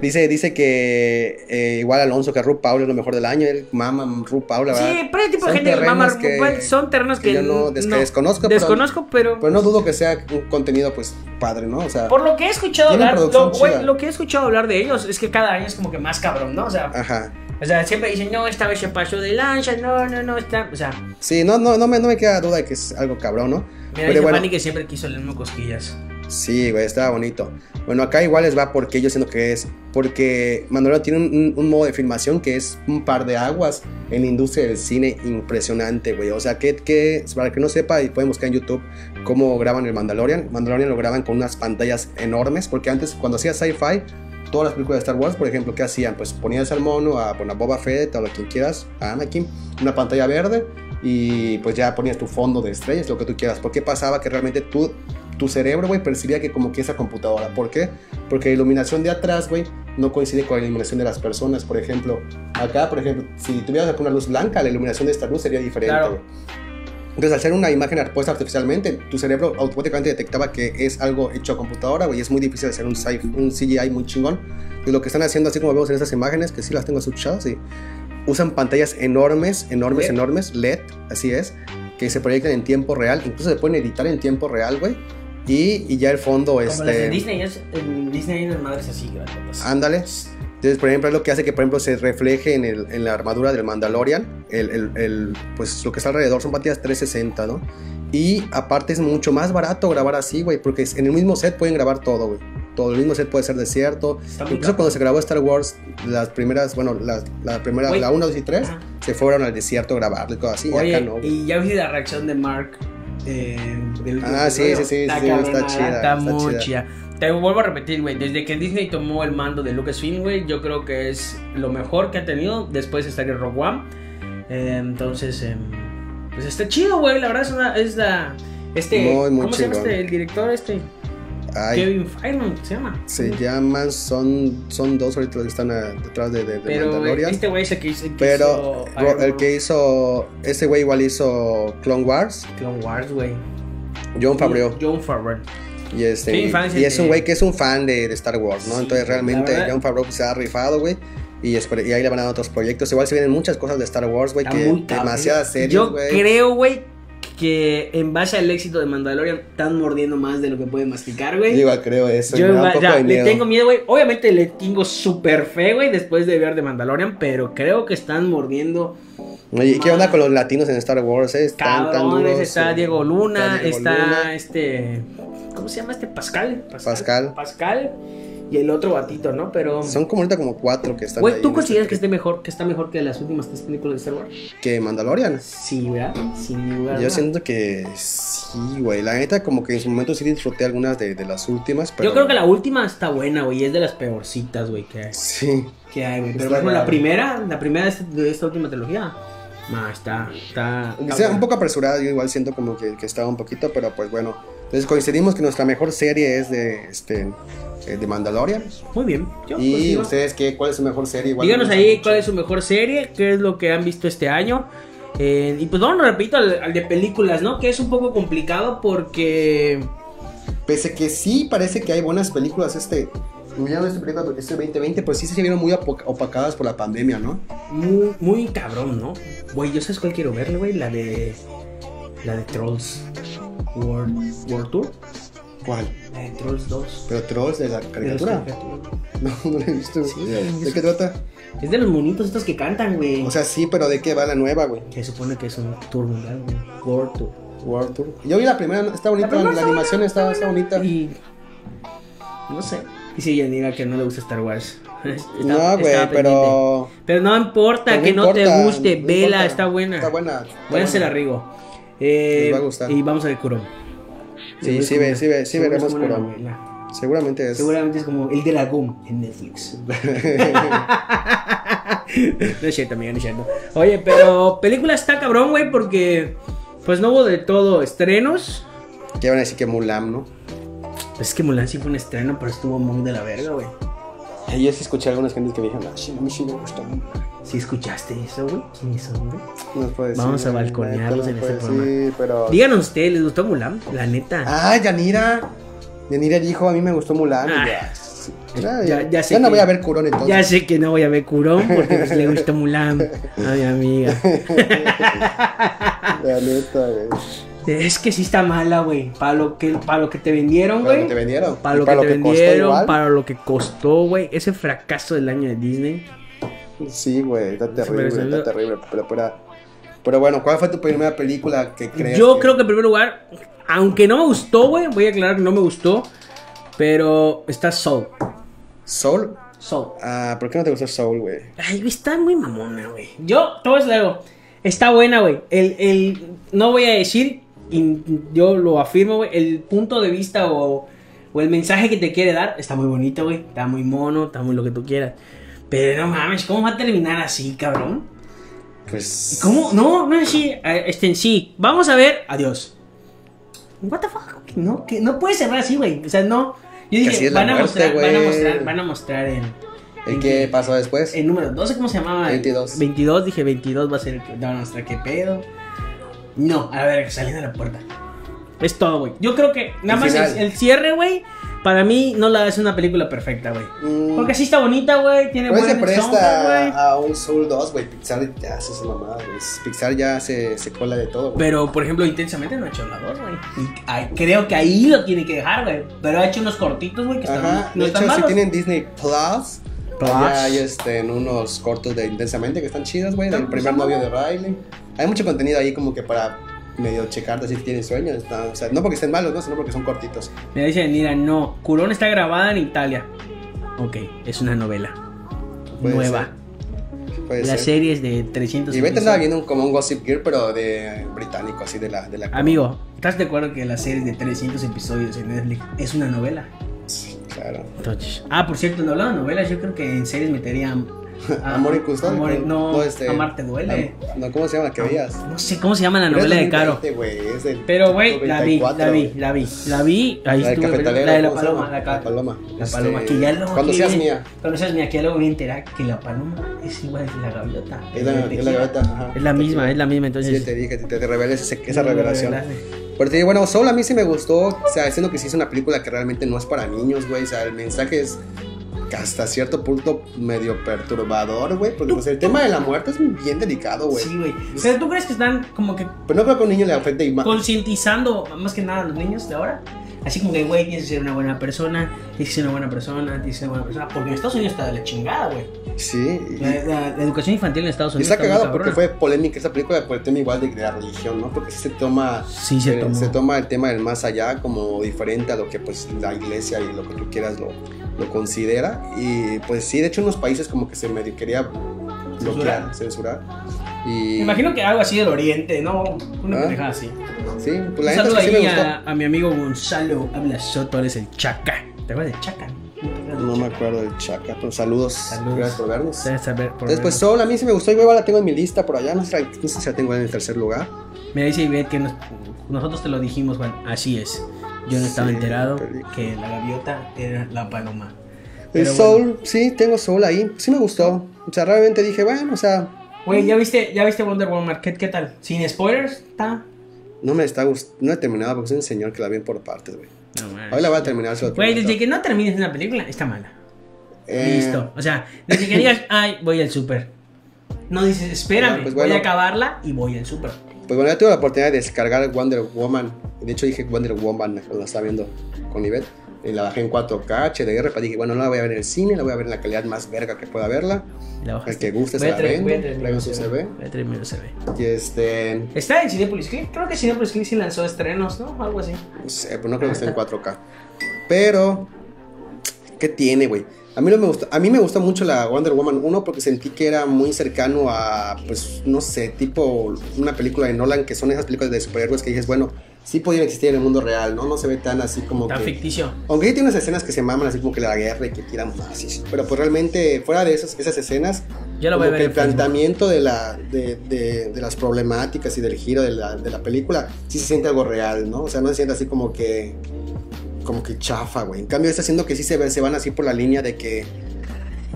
B: dice, dice que eh, igual Alonso, que Ru Paula es lo mejor del año. Él mama Ru Paula, ¿verdad?
A: Sí, pero hay tipo de
B: Son
A: gente que mama.
B: terrenos que-
A: bueno, pues, son terrenos
B: que
A: que.
B: yo no, des- que desconozco, pero-
A: Desconozco, pero.
B: Pero no dudo que sea un contenido, pues, padre, ¿no? O sea,
A: por lo que he escuchado
B: Tienen
A: hablar, lo,
B: producción
A: güey,
B: chida.
A: lo que he escuchado hablar de ellos es que cada año es como que más cabrón, ¿no? O sea,
B: ajá.
A: o sea siempre dicen, no, esta vez se pasó de lancha, no, no, no, está. O sea, mira,
B: Sí, no, no, no, me, no me queda duda de que es algo cabrón, ¿no?
A: dice
B: bueno.
A: Fanny que siempre quiso el mismo cosquillas.
B: Sí, güey, estaba bonito. Bueno, acá igual les va porque yo siento que es. Porque Manuel tiene un, un- un modo de filmación que es un par de aguas en la industria del cine impresionante, güey. O sea, que, que para el que no sepa, y pueden buscar en YouTube cómo graban el Mandalorian. Mandalorian lo graban con unas pantallas enormes, porque antes, cuando hacía sci-fi, todas las películas de Star Wars, por ejemplo, ¿qué hacían? Pues ponías al mono, a, bueno, a Boba Fett, a lo quien quieras, a Anakin, una pantalla verde y pues ya ponías tu fondo de estrellas, lo que tú quieras. ¿Por qué pasaba que realmente tú, tu cerebro, güey, percibía que como que esa computadora? ¿Por qué? Porque la iluminación de atrás, güey, no coincide con la iluminación de las personas. Por ejemplo, acá, por ejemplo, si tuvieras acá una luz blanca, la iluminación de esta luz sería diferente,
A: Claro.
B: güey. Entonces, al ser una imagen puesta artificialmente, tu cerebro automáticamente detectaba que es algo hecho a computadora, güey. Es muy difícil hacer un, sci- un CGI muy chingón. Y lo que están haciendo, así como vemos en estas imágenes, que sí las tengo subchadas, sí. Usan pantallas enormes, enormes,
A: LED.
B: enormes, LED, así es, que se proyectan en tiempo real. Incluso se pueden editar en tiempo real, güey. Y, y ya el fondo,
A: Como las de
B: este. Ah,
A: Disney, es, en Disney hay unas madres así, grandotas.
B: Ándale. Entonces, por ejemplo, es lo que hace que, por ejemplo, se refleje en, el- en la armadura del Mandalorian. El, el- el- pues lo que está alrededor son pantallas 360, ¿no? Y aparte es mucho más barato grabar así, güey, porque es- en el mismo set pueden grabar todo, güey. Todo el mismo set puede ser desierto.
A: Está muy
B: Incluso
A: cabrón.
B: cuando se grabó Star Wars, las primeras, bueno, las, la primera,
A: Güey.
B: la 1, 2 y 3,
A: Ajá.
B: se fueron al desierto a grabarlo y cosas así. y
A: Oye,
B: acá no, güey.
A: y ya viste la reacción de Mark. eh, del último
B: Ah, sí,
A: episodio?
B: sí, sí,
A: Está
B: sí, está
A: cabrona,
B: chida,
A: Está
B: está
A: muy
B: chida.
A: chida. Te vuelvo a repetir, güey. Desde que Disney tomó el mando de Lucasfilm, güey, yo creo que es lo mejor que ha tenido. Después estaría Rogue One. Eh, entonces, eh, pues está chido, güey. La verdad es una. Es la, este,
B: Muy, muy
A: ¿Cómo se llama
B: chingón.
A: este? El director, este.
B: Ay,
A: Kevin Feynman, se llama.
B: se llaman, son, son dos ahorita los que están ah, detrás de, de, de
A: Pero eh,
B: Mandalorian.
A: este güey es el que hizo. el que
B: Pero
A: hizo
B: Ro-
A: Iron
B: el
A: Man.
B: que hizo. Este güey igual hizo Clone Wars,
A: Clone Wars, güey.
B: John Favreau.
A: John Favreau.
B: Y, este,
A: Sí, infancia
B: y es
A: de-
B: un güey que es un fan de, de Star Wars, ¿no?
A: Sí,
B: Entonces realmente
A: la verdad.
B: John Favreau se ha rifado, güey. Y, esper- y ahí le van a dar otros proyectos. Igual se vienen muchas cosas de Star Wars, güey.
A: Está
B: Que
A: muy cabrón.
B: demasiadas series,
A: Yo
B: güey.
A: creo, güey, que en base al éxito de Mandalorian están mordiendo más de lo que pueden masticar, güey.
B: Yo igual creo eso.
A: Yo
B: me da un
A: igual,
B: poco
A: ya,
B: de
A: le
B: miedo.
A: tengo miedo, güey. Obviamente le tengo súper fe, güey, después de ver de Mandalorian, pero creo que están mordiendo
B: Oye, ¿qué onda con los latinos en Star Wars? eh? Están tan
A: cabrones.
B: duros,
A: Está
B: eh.
A: Diego Luna,
B: Diego
A: está
B: Luna.
A: este. ¿Cómo se llama este? Pascal.
B: Pascal.
A: Pascal. Y el otro batito, ¿no? Pero.
B: Son como ahorita como cuatro que están ahí
A: Güey,
B: en
A: ¿tú
B: este
A: consideras que
B: trip.
A: esté mejor, que está mejor que las últimas tres películas de Star Wars?
B: que Mandalorian?
A: Sí, ¿verdad? Sin lugar. a
B: Yo
A: dudas.
B: siento que sí, güey. La neta, como que en su momento sí disfruté algunas de, de las últimas, pero...
A: Yo creo que la última está buena, güey. y Es de las peorcitas, güey, que hay.
B: Sí.
A: Que hay, güey. Pero
B: Está
A: por ejemplo, la
B: raro.
A: primera, la primera de esta, de esta última trilogía. No, está. Está.
B: Aunque
A: está
B: sea
A: buena.
B: un poco apresurada, yo igual siento como que, que estaba un poquito, pero pues bueno. Entonces coincidimos que nuestra mejor serie es de, este, eh, de Mandalorian.
A: Muy bien. Yo, pues,
B: y
A: digo-
B: ustedes, qué, ¿cuál es su mejor serie? Igual
A: Díganos
B: me
A: ahí
B: gusta
A: cuál es su mejor serie, qué es lo que han visto este año. Eh, y pues vamos, repito, al, al de películas, ¿no? Que es un poco complicado porque.
B: mucho. Pese que sí parece que hay buenas películas este... Mirando este película, este 2020, pues sí se vieron muy apo- opacadas por la pandemia, ¿no?
A: Muy, muy cabrón, ¿no? Güey, ¿yo sabes cuál quiero verle, güey? La de. La de Trolls World, World Tour.
B: ¿Cuál?
A: La de Trolls 2.
B: Pero Trolls de la
A: De los
B: caricatura.
A: caricaturas.
B: No, no la he visto.
A: Sí,
B: ¿De
A: es-
B: qué trata?
A: Es de los monitos estos que cantan, güey.
B: O sea, sí, pero ¿de qué va la nueva, güey?
A: que supone que es un tour mundial, güey. World Tour.
B: World Tour. Yo vi la primera, está bonita, la,
A: primera está
B: animación está, está bonita.
A: Y. No sé. Y si Yanira que no le gusta Star Wars. Está-
B: no,
A: estaba
B: güey,
A: pendiente.
B: pero.
A: Pero no importa
B: pero
A: que
B: no
A: no te
B: importa,
A: guste,
B: no
A: vela,
B: importa.
A: está buena.
B: Está buena. está
A: Voy a
B: buena.
A: hacer arrigo. Eh,
B: Les va a gustar.
A: Y vamos a ver Kurón.
B: Sí,
A: Es
B: sí,
A: como-
B: ve- sí ve- sí
A: seguro es
B: veremos
A: como una
B: Kurón.
A: novela.
B: Seguramente es.
A: Seguramente es como el de la GUM en Netflix. no es cierto, amigo, no es cierto. Oye, pero película está cabrón, güey, porque pues no hubo de todo estrenos.
B: Ya van a decir que Mulan, ¿no?
A: Es que Mulan sí fue un estreno, pero estuvo muy de la verga, güey.
B: Ay, Yo sí escuché algunas gentes que me dijeron, "Ah, sí, a mí sí me gusta Mulan".
A: Si escuchaste eso, güey, ¿quién hizo, güey?
B: No se puede decir,
A: Vamos a
B: la neta,
A: balconearlos
B: no
A: en
B: se puede
A: este
B: decir, pero.
A: Díganos ustedes, ¿les gustó Mulan? La neta.
B: Ah, Yanira. Yanira dijo, a mí me gustó Mulan. y
A: Ah.
B: ya, sí.
A: Ya-
B: ya,
A: ya sé
B: ya no
A: que-
B: voy a ver Curón entonces.
A: Ah, ya sé que no voy a ver Curón porque pues, le gusta Mulan a mi amiga.
B: La neta, eh. güey.
A: Es que sí está mala, güey. Para lo que, para lo que te vendieron,
B: Para lo
A: güey.
B: que te vendieron.
A: Para
B: y
A: lo que te
B: costó
A: vendieron,
B: igual.
A: para lo que costó, güey. Ese fracaso del año de Disney.
B: Sí, güey, está terrible,
A: merece
B: está
A: ayuda.
B: terrible. Pero, pero, pero bueno, ¿cuál fue tu primera película que crees?
A: Yo creo que en primer lugar, aunque no me gustó, güey, voy a aclarar que no me gustó. Pero está Soul.
B: Soul.
A: Soul.
B: Ah, ¿por qué no te gustó Soul, güey?
A: Ay, güey, está muy mamona, güey. Yo, todo es luego. Está buena, güey. El, el, no voy a decir, y yo lo afirmo, güey, el punto de vista o, o el mensaje que te quiere dar está muy bonito, güey. Está muy mono, está muy lo que tú quieras. Pero no mames, ¿cómo va a terminar así, cabrón?
B: Pues.
A: ¿Cómo? No, no es así. Eh, Este en sí. Vamos a ver. Adiós. What the fuck? No, que no puede cerrar así, güey. O sea, no. Yo
B: Que
A: dije,
B: así es la
A: van, a
B: muerte,
A: mostrar, van a
B: güey.
A: mostrar, van a mostrar en...
B: ¿Y qué pasó después?
A: El número 12, ¿cómo se llamaba?
B: 22.
A: 22, dije 22 va a ser el que no, nuestra qué pedo. No, a ver, saliendo de la puerta. Es todo, güey. Yo creo que nada
B: El
A: más el,
B: final.
A: el cierre, güey, para mí no la hace una película perfecta, güey.
B: Mm,
A: Porque sí está bonita, güey, tiene
B: ¿Cuál se
A: buen soundtrack,
B: presta
A: güey.
B: a, un Soul 2, güey? Pixar ya hace su mamada, güey. Pixar ya se, se cola de todo, güey.
A: Pero, por ejemplo, intensamente no ha hecho la dos, güey. Y ay, creo que ahí lo tiene que dejar, güey. Pero ha hecho unos cortitos, güey, que están,
B: Ajá.
A: no
B: De
A: están
B: hecho, si
A: malos.
B: tienen Disney Plus.
A: Plus.
B: Ya hay este, en unos cortos de Intensamente que están chidas, güey. Del
A: Están-
B: primer
A: están
B: novio de Riley. Hay mucho contenido ahí como que para medio checarte si tienes sueños. está- o sea, no porque estén malos, ¿no? sino porque son cortitos.
A: Me dice mira, no, Curón está grabada en Italia. Ok, es una novela.
B: Puede
A: nueva.
B: ser, puede
A: Las
B: ser.
A: series de 300
B: Y Beto
A: episodios.
B: andaba viendo un- como un Gossip Gear, pero de británico, así de la. De la
A: Amigo, ¿estás de acuerdo que la serie de 300 episodios en Netflix es una novela?
B: Sí, claro.
A: Entonces. Ah, por cierto, no hablando de novelas, yo creo que en series metería. a-
B: Amor y Custodia.
A: Amor y- no,
B: No, este,
A: Amar te duele.
B: Am- No, ¿cómo se llama la que veías?
A: No sé cómo se llama la
B: Pero es
A: novela de Caro.
B: 2020, güey, es del
A: Pero, güey, la vi, la
B: 94,
A: vi, la vi, la vi. Ahí
B: La del
A: estuve,
B: cafetalero,
A: la de la
B: ¿cómo se
A: paloma,
B: llama?
A: la, ca-
B: La paloma.
A: La
B: Este,
A: paloma, que ya luego.
B: cuando
A: que
B: seas
A: vi-
B: mía.
A: Cuando seas mía, que ya luego voy a enterar que la paloma es igual que la gaviota.
B: Es la,
A: Te
B: es la
A: quiero.
B: gaveta, ajá.
A: Es la misma, es la misma, entonces.
B: Sí, te dije, te, te revelas ese- esa
A: no,
B: revelación.
A: la revelaste.
B: Pero te digo, bueno, Soul a mí sí me gustó, o sea, siendo que sí es una película que realmente no es para niños, güey, o sea, el mensaje es hasta cierto punto medio perturbador, güey. Porque pues, el tema de la muerte es bien delicado, güey.
A: Sí, güey. Pero tú crees que están como que
B: Pero no creo que a un niño le afecte y más.
A: concientizando más que nada a los niños de ahora. Así como que, güey, tienes que ser una buena persona, tienes que ser una buena persona, tienes que ser una buena persona. Porque en Estados Unidos está de la chingada, güey.
B: Sí. y-
A: La, la- la educación infantil en Estados
B: Y
A: Unidos
B: está
A: muy
B: cagado porque
A: cabrona.
B: fue polémica esa película por el tema igual de, de la religión, ¿no? Porque sí se toma,
A: Sí, se
B: eh,
A: tomó.
B: toma el tema del más allá como diferente a lo que pues la iglesia y lo que tú quieras lo, lo considera. Y pues sí, de hecho en unos países como que se medio quería bloquear, censurar. Y,
A: Me imagino que algo así del oriente, ¿no? Una
B: Ah.
A: pendejada así.
B: Sí,
A: Un
B: pues la neta es
A: saludo
B: que sí me
A: ahí
B: gustó.
A: a, a mi amigo Gonzalo Habla Soto, eres el Chaca. ¿Te acuerdas del Chaca?
B: No me acuerdo del Chaca, pero saludos.
A: Saludos.
B: Gracias por vernos.
A: Debes saber por
B: Entonces, pues
A: menos.
B: Soul a mí sí me gustó y luego la tengo en mi lista por allá. No sé, no sé si la tengo en el tercer lugar.
A: Mira, dice Ivette que nos- nosotros te lo dijimos, Juan. Así es. Yo no estaba
B: Sí,
A: enterado
B: película.
A: que la gaviota era la paloma.
B: El
A: Pero
B: Soul, Eh, sí, tengo Soul ahí. Sí me gustó. O sea, realmente dije, bueno, o sea,
A: Güey, ¿ya viste, ¿ya viste Wonder Woman? ¿Qué, qué tal? ¿Sin spoilers? ¿Está?
B: no me está gustando. No he terminado porque soy un señor que la ven por partes, güey.
A: No, man.
B: Hoy la voy a terminar. se lo
A: Güey,
B: prometo.
A: desde que no termines una película, está mala.
B: Eh,
A: Listo. O sea, desde que digas, ay, voy al súper. No dices, espérame,
B: Ah, pues
A: voy
B: bueno.
A: a acabarla y voy al súper.
B: Pues bueno, ya tuve la oportunidad de descargar Wonder Woman. De hecho, dije Wonder Woman cuando la estaba viendo con Ivette. Y la bajé en 4K, HDR, para pues dije, bueno, no la voy a ver en el cine, la voy a ver en la calidad más verga que pueda verla.
A: Y La bajaste.
B: El que guste se
A: Voy a
B: la
A: traer-
B: vendo,
A: voy a traer mi
B: traigo su
A: USB.
B: CV.
A: Voy a traer mi USB.
B: Y este,
A: Está en Cinepolis Click. Creo que Cinepolis Click sí lanzó estrenos, ¿no? Algo así.
B: No sé, pues no creo que esté en 4K. Pero, ¿qué tiene, güey? A mí, no me gustó, a mí me gusta mucho la Wonder Woman 1 porque sentí que era muy cercano a, pues, no sé, tipo una película de Nolan, que son esas películas de superhéroes que dices, bueno, sí podían existir en el mundo real, ¿no? No se ve tan así como
A: Tan
B: que...
A: ficticio.
B: Aunque sí tiene unas escenas que se maman así como que la guerra y que tiran nazis. Pero pues realmente, fuera de esas, esas escenas,
A: Yo la voy
B: como
A: a ver.
B: que el
A: en Facebook.
B: planteamiento de, la, de, de- de las problemáticas y del giro de la, de la película sí se siente algo real, ¿no? O sea, no se siente así como que como que chafa, güey. En cambio está haciendo que sí se, ve- se van así por la línea de que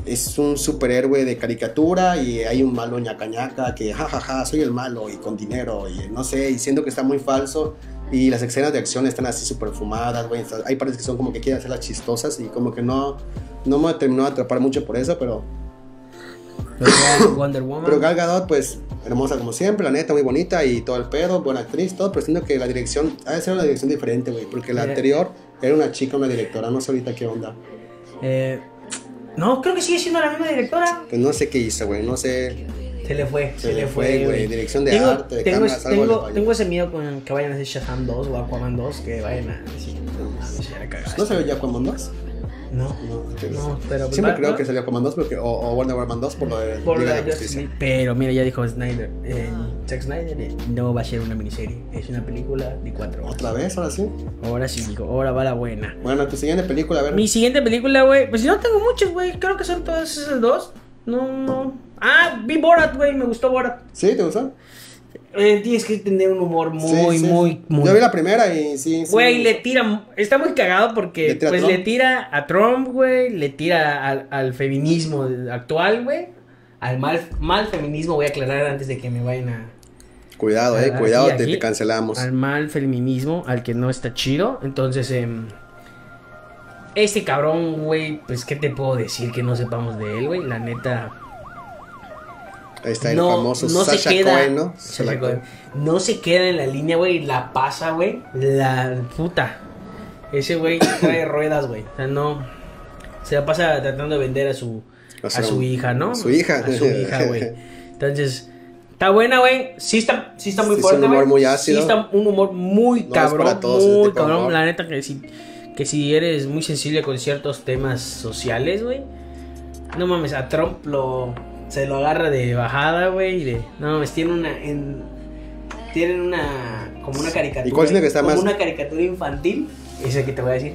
B: es un superhéroe de caricatura y hay un malo ñacañaca que jajaja, soy el malo y con dinero y no sé, y siento que está muy falso y las escenas de acción están así súper fumadas, güey. Está- Hay partes que son como que quieren hacerlas chistosas y como que no, no me terminó de atrapar mucho por eso, pero
A: Lo que es Wonder Woman.
B: pero Gal Gadot, pues, hermosa como siempre, la neta, muy bonita y todo el pedo, buena actriz, todo, pero siento que la dirección, ha de ser una dirección diferente, güey, porque la
A: Mira.
B: anterior era una chica, una directora, no sé ahorita qué onda.
A: Eh, no, creo que sigue siendo la misma directora.
B: Pues no sé qué hizo, güey, no sé.
A: Se le fue, se, le fue, güey.
B: Dirección de
A: tengo,
B: arte, de
A: tengo,
B: cámaras, algo le
A: tengo-
B: falló.
A: tengo ese miedo con que vayan a hacer Shazam 2 o Aquaman 2, que vayan a decir, "Ah, no mames, ya la cagaste.
B: ¿No salió ya Aquaman 2?
A: No,
B: No, entonces-
A: no, pero pues
B: Siempre
A: va-
B: creo
A: va-
B: que salió Aquaman 2 porque, o, o Wonder Woman 2 por lo de
A: por
B: Liga
A: la
B: de
A: Justice
B: Justicia.
A: League. Pero mira, ya dijo Snyder, eh, Zack Snyder, eh, no va a ser una miniserie, es una película de cuatro horas.
B: ¿Otra vez? ¿Ahora sí?
A: Ahora sí, digo, ahora va la buena.
B: Bueno, tu siguiente película, a ver.
A: Mi siguiente película, güey, pues yo no tengo muchas, güey, creo que son todas esas dos. No, no. Ah, vi Borat, güey, me gustó Borat.
B: ¿Sí? ¿Te gustó?
A: Eh, tienes que tener un humor muy,
B: Sí, sí.
A: muy, muy
B: Yo vi la primera y sí, sí.
A: Güey, le tira. Está muy cagado porque
B: Le tira a
A: pues
B: Trump.
A: le tira a Trump, güey. Le tira al, al feminismo actual, güey. Al mal, mal feminismo, voy a aclarar antes de que me vayan a.
B: Cuidado, eh,
A: Aquí,
B: cuidado, te,
A: Ah, aquí.
B: te cancelamos.
A: Al mal feminismo, al que no está chido. Entonces, em, este cabrón, güey, pues, ¿qué te puedo decir que no sepamos de él, güey? La neta.
B: Ahí está el
A: no,
B: famoso
A: no
B: Sasha
A: se queda,
B: Cohen, ¿no?
A: Sasha
B: Sasha
A: Cohen. No se queda en la línea, güey. La pasa, güey. La puta. Ese güey trae ruedas, güey. O sea, no. Se la pasa tratando de vender a su,
B: O
A: a
B: sea,
A: su hija, ¿no?
B: a su hija.
A: A su hija, güey. Entonces, está buena, güey. Sí está, sí está muy
B: Sí, es un
A: fuerte,
B: humor
A: güey.
B: muy ácido.
A: Sí está un humor muy
B: No es
A: cabrón.
B: para todos ese
A: muy
B: tipo de
A: cabrón.
B: humor.
A: La neta que si, que si eres muy sensible con ciertos temas sociales, güey. No mames, a Trump lo, se lo agarra de bajada, güey. y de- No mames, tiene una... en- tienen una... Como una caricatura.
B: ¿Y cuál siento que está
A: como
B: más-
A: una caricatura infantil. Esa que te voy a decir.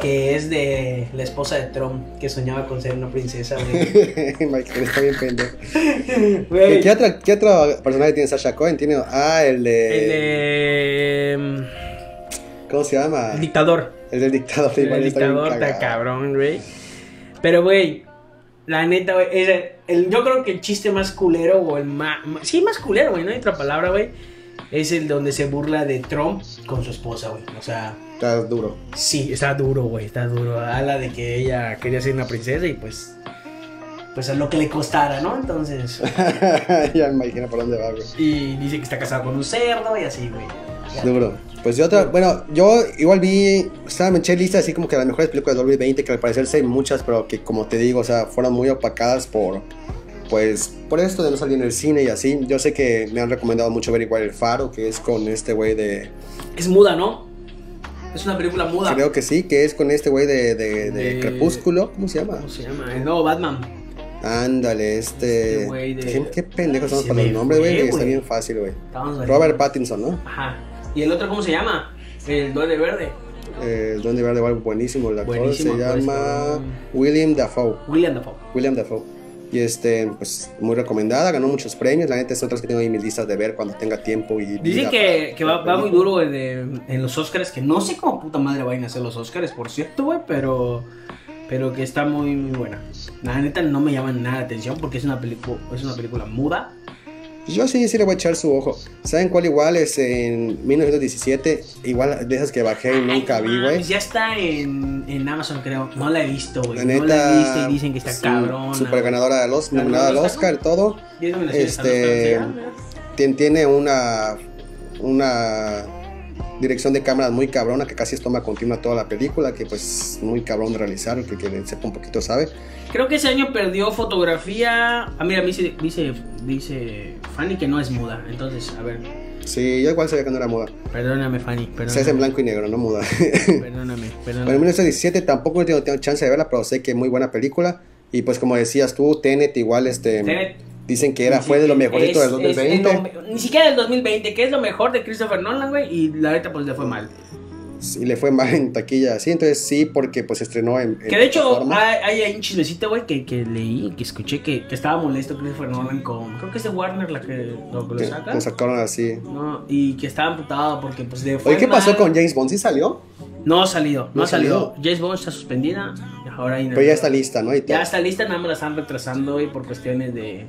A: Que es de la esposa de Trump, que soñaba con ser una princesa, güey.
B: Michael, está bien pendejo. Eh,
A: Güey,
B: ¿Qué, qué otra- qué otro personaje tiene Sasha Cohen? Tiene, ah, el de,
A: El de...
B: ¿Cómo se llama?
A: El dictador.
B: El del dictador.
A: El
B: igual está bien
A: dictador está
B: cagado.
A: cabrón, güey. Pero, güey, la neta, güey. es el- el- yo creo que el chiste más culero, o el más. Sí, más culero, güey. No hay otra palabra, güey. es el donde se burla de Trump con su esposa, güey. O sea,
B: Está duro.
A: sí, está duro, güey, está duro. Habla de que ella quería ser una princesa y pues, pues a lo que le costara, ¿no? Entonces,
B: ya me imagino por dónde va, güey.
A: y dice que está casado con un cerdo y así, güey. Ya.
B: Duro. Pues yo otra, bueno, yo igual vi, estaba me eché lista así como que las mejores películas de 2020, que al parecer sí hay muchas, pero que como te digo, o sea, fueron muy opacadas por, pues, por esto de no salir en el cine y así. Yo sé que me han recomendado mucho ver igual El Faro, que es con este güey de,
A: Es muda, ¿no? Es una película muda.
B: creo que sí, que es con este güey de, de, de
A: De-
B: Crepúsculo, ¿cómo se llama?
A: ¿Cómo se llama? El nuevo Batman.
B: Ándale, este...
A: Este güey de-
B: ¿Qué, qué pendejos somos
A: Se
B: para los
A: me
B: nombres, güey?
A: fue,
B: Está
A: güey.
B: bien fácil, güey.
A: Estábamos
B: Robert
A: ahí.
B: Pattinson, ¿no?
A: Ajá. ¿Y el otro cómo se llama? El Duende Verde.
B: Eh, El Duende Verde, igual buenísimo, el actor
A: Buenísimo
B: se
A: actor, este
B: llama
A: cabrón.
B: William Dafoe.
A: William Dafoe.
B: William Dafoe. Y este, pues muy recomendada, ganó muchos premios. La neta es otras que tengo ahí en mis listas de ver cuando tenga tiempo. y
A: Dicen
B: vida
A: que,
B: para-
A: que va,
B: para
A: va muy
B: ver.
A: duro en, eh, en los Oscars, que no sé cómo puta madre vayan a hacer los Oscars, por cierto, güey, pero, pero que está muy, muy buena. La neta no me llama nada la atención porque es una, pelicu- es una película muda.
B: pues, Yo sí, sí le voy a echar su ojo. ¿Saben cuál igual es en 1917? Igual de esas que bajé y nunca
A: Ay,
B: vi,
A: mames,
B: güey.
A: Ya está en, en Amazon, creo. No la he visto, güey.
B: La
A: Pues No
B: neta.
A: la he visto y dicen que está
B: sí,
A: cabrona.
B: Super ganadora del Oscar, nominada al
A: Ganadora
B: Oscar, todo.
A: Ya es nominaciones a los
B: este,
A: Oscars, ¿verdad?
B: Tien- Tiene una. Una dirección de cámara muy cabrona que casi es toma continua toda la película, que pues muy cabrón de realizar, el que quien sepa un poquito sabe.
A: Creo que ese año perdió fotografía. Ah, mira, me dice, dice, dice Fanny que no es muda. Entonces, a ver,
B: Sí, yo igual sabía que no era moda.
A: perdóname, Fanny. Perdóname.
B: Se hace en blanco y negro, no muda.
A: Perdóname,
B: Bueno, en
A: perdóname.
B: 1917 tampoco he tenido tengo chance de verla, pero sé que es muy buena película. Y pues como decías tú, Tenet igual este,
A: Tenet,
B: dicen que era,
A: sí,
B: fue de lo
A: es-
B: mejorito
A: es-
B: del
A: es de
B: 2020.
A: lo me- ni siquiera del 2020, que es lo mejor de Christopher Nolan, güey. Y la neta, pues le fue mal.
B: Y le fue mal en taquilla, así Entonces sí, porque pues estrenó en... en
A: Que de hecho, ah,
B: plataforma.
A: hay, hay ahí un chismecito, güey, que, que leí, que escuché que, que estaba molesto Christopher Nolan con. Creo que es de Warner la que lo, que lo
B: Que
A: saca.
B: lo sacaron así.
A: No, y que estaba amputado porque, pues, le fue.
B: Oye, ¿qué pasó
A: mal.
B: con James Bond? ¿Sí salió?
A: No ha salido, no,
B: No
A: ha salido.
B: salió.
A: James Bond está suspendida. Ahora hay
B: Pero ya está lista, ¿no? Y todo.
A: Ya está lista, nada más la están retrasando, güey, por cuestiones de.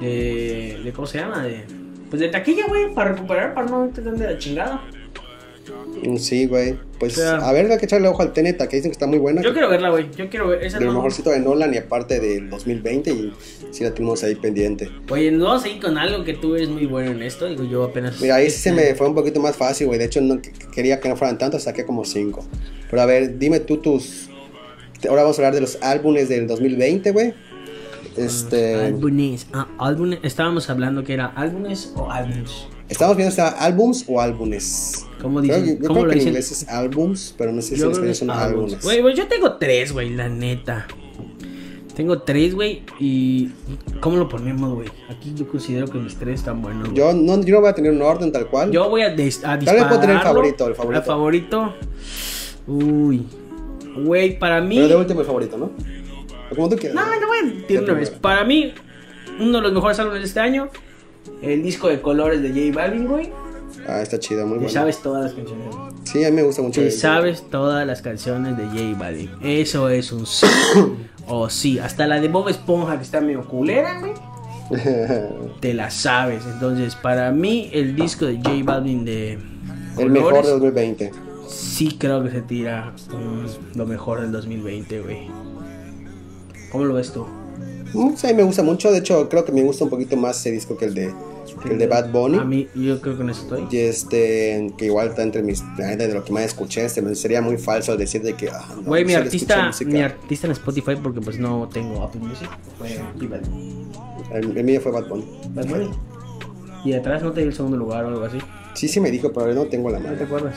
A: de. de ¿Cómo se llama? De, pues de taquilla, güey, para recuperar, para no tener de la chingada.
B: Mm, Sí, güey. Pues
A: O sea-
B: a ver, hay que echarle ojo al Teneta, que dicen que está muy buena.
A: Yo
B: que-
A: quiero verla, güey, yo quiero ver. Esa
B: de lo
A: no-
B: mejorcito de Nolan y aparte del 2020 y sí la tuvimos ahí pendiente.
A: Oye, no vamos a seguir con algo que tú eres muy bueno en esto, digo yo apenas.
B: Mira, ahí sí se
A: Este.
B: me fue un poquito más fácil, güey. De hecho, no, que- quería que no fueran tantos, saqué como cinco. Pero a ver, dime tú tus... te- Ahora vamos a hablar de los álbumes del 2020, güey. Este...
A: Álbumes, ah, álbumes, estábamos hablando que era álbumes o álbumes.
B: Estamos viendo si era álbums o álbumes.
A: ¿Cómo
B: Creo,
A: dicen?
B: que- yo
A: ¿Cómo
B: creo
A: lo
B: que en
A: dicen?
B: inglés es álbums, pero no sé si en
A: Yo creo que
B: español son
A: álbumes.
B: álbumes.
A: Güey, pues yo tengo tres, güey, la neta. Tengo tres, güey, y... ¿Cómo lo ponemos, güey? Aquí yo considero que mis tres están buenos. güey.
B: Yo no, yo no voy a tener un orden tal cual.
A: Yo voy a, dis a
B: Tal vez puedo tener el
A: dispararlo.
B: favorito, el favorito.
A: El favorito. Uy. Güey, para mí...
B: Pero de último el favorito, ¿no? O Como tú quieras.
A: No, no voy a decir una vez.
B: primero.
A: Para mí, uno de los mejores álbumes de este año. El disco de colores de J Balvin, güey.
B: Ah, está chido, muy
A: Te
B: bueno.
A: sabes todas las canciones. güey.
B: Sí, a mí me gusta mucho.
A: Te
B: el-
A: sabes todas las canciones de J Balvin. Eso es un sí. o sí. Hasta la de Bob Esponja, que está medio culera, güey. Te la sabes. Entonces, para mí, el disco de J Balvin de.
B: el mejor
A: Colores,
B: de 2020.
A: Sí, creo que se tira mm, lo mejor del 2020, güey. ¿Cómo lo ves tú?
B: Mm, Sí, me gusta mucho. De hecho, creo que me gusta un poquito más ese disco que el de, que el de Bad
A: A
B: Bunny.
A: mí, yo creo que no estoy.
B: Y este, que igual está entre mis. la neta, De lo que más escuché, este, me sería muy falso decir de que. ah, no,
A: Güey, mi
B: solo
A: artista,
B: escucho música.
A: mi artista en Spotify, porque pues no tengo Apple Music, fue J Balvin.
B: El, el mío fue Bad Bunny.
A: Bad Bunny. Y atrás no te dio el segundo lugar o algo así.
B: Sí, sí me dijo, pero no tengo la
A: ¿No te
B: mano.
A: acuerdas?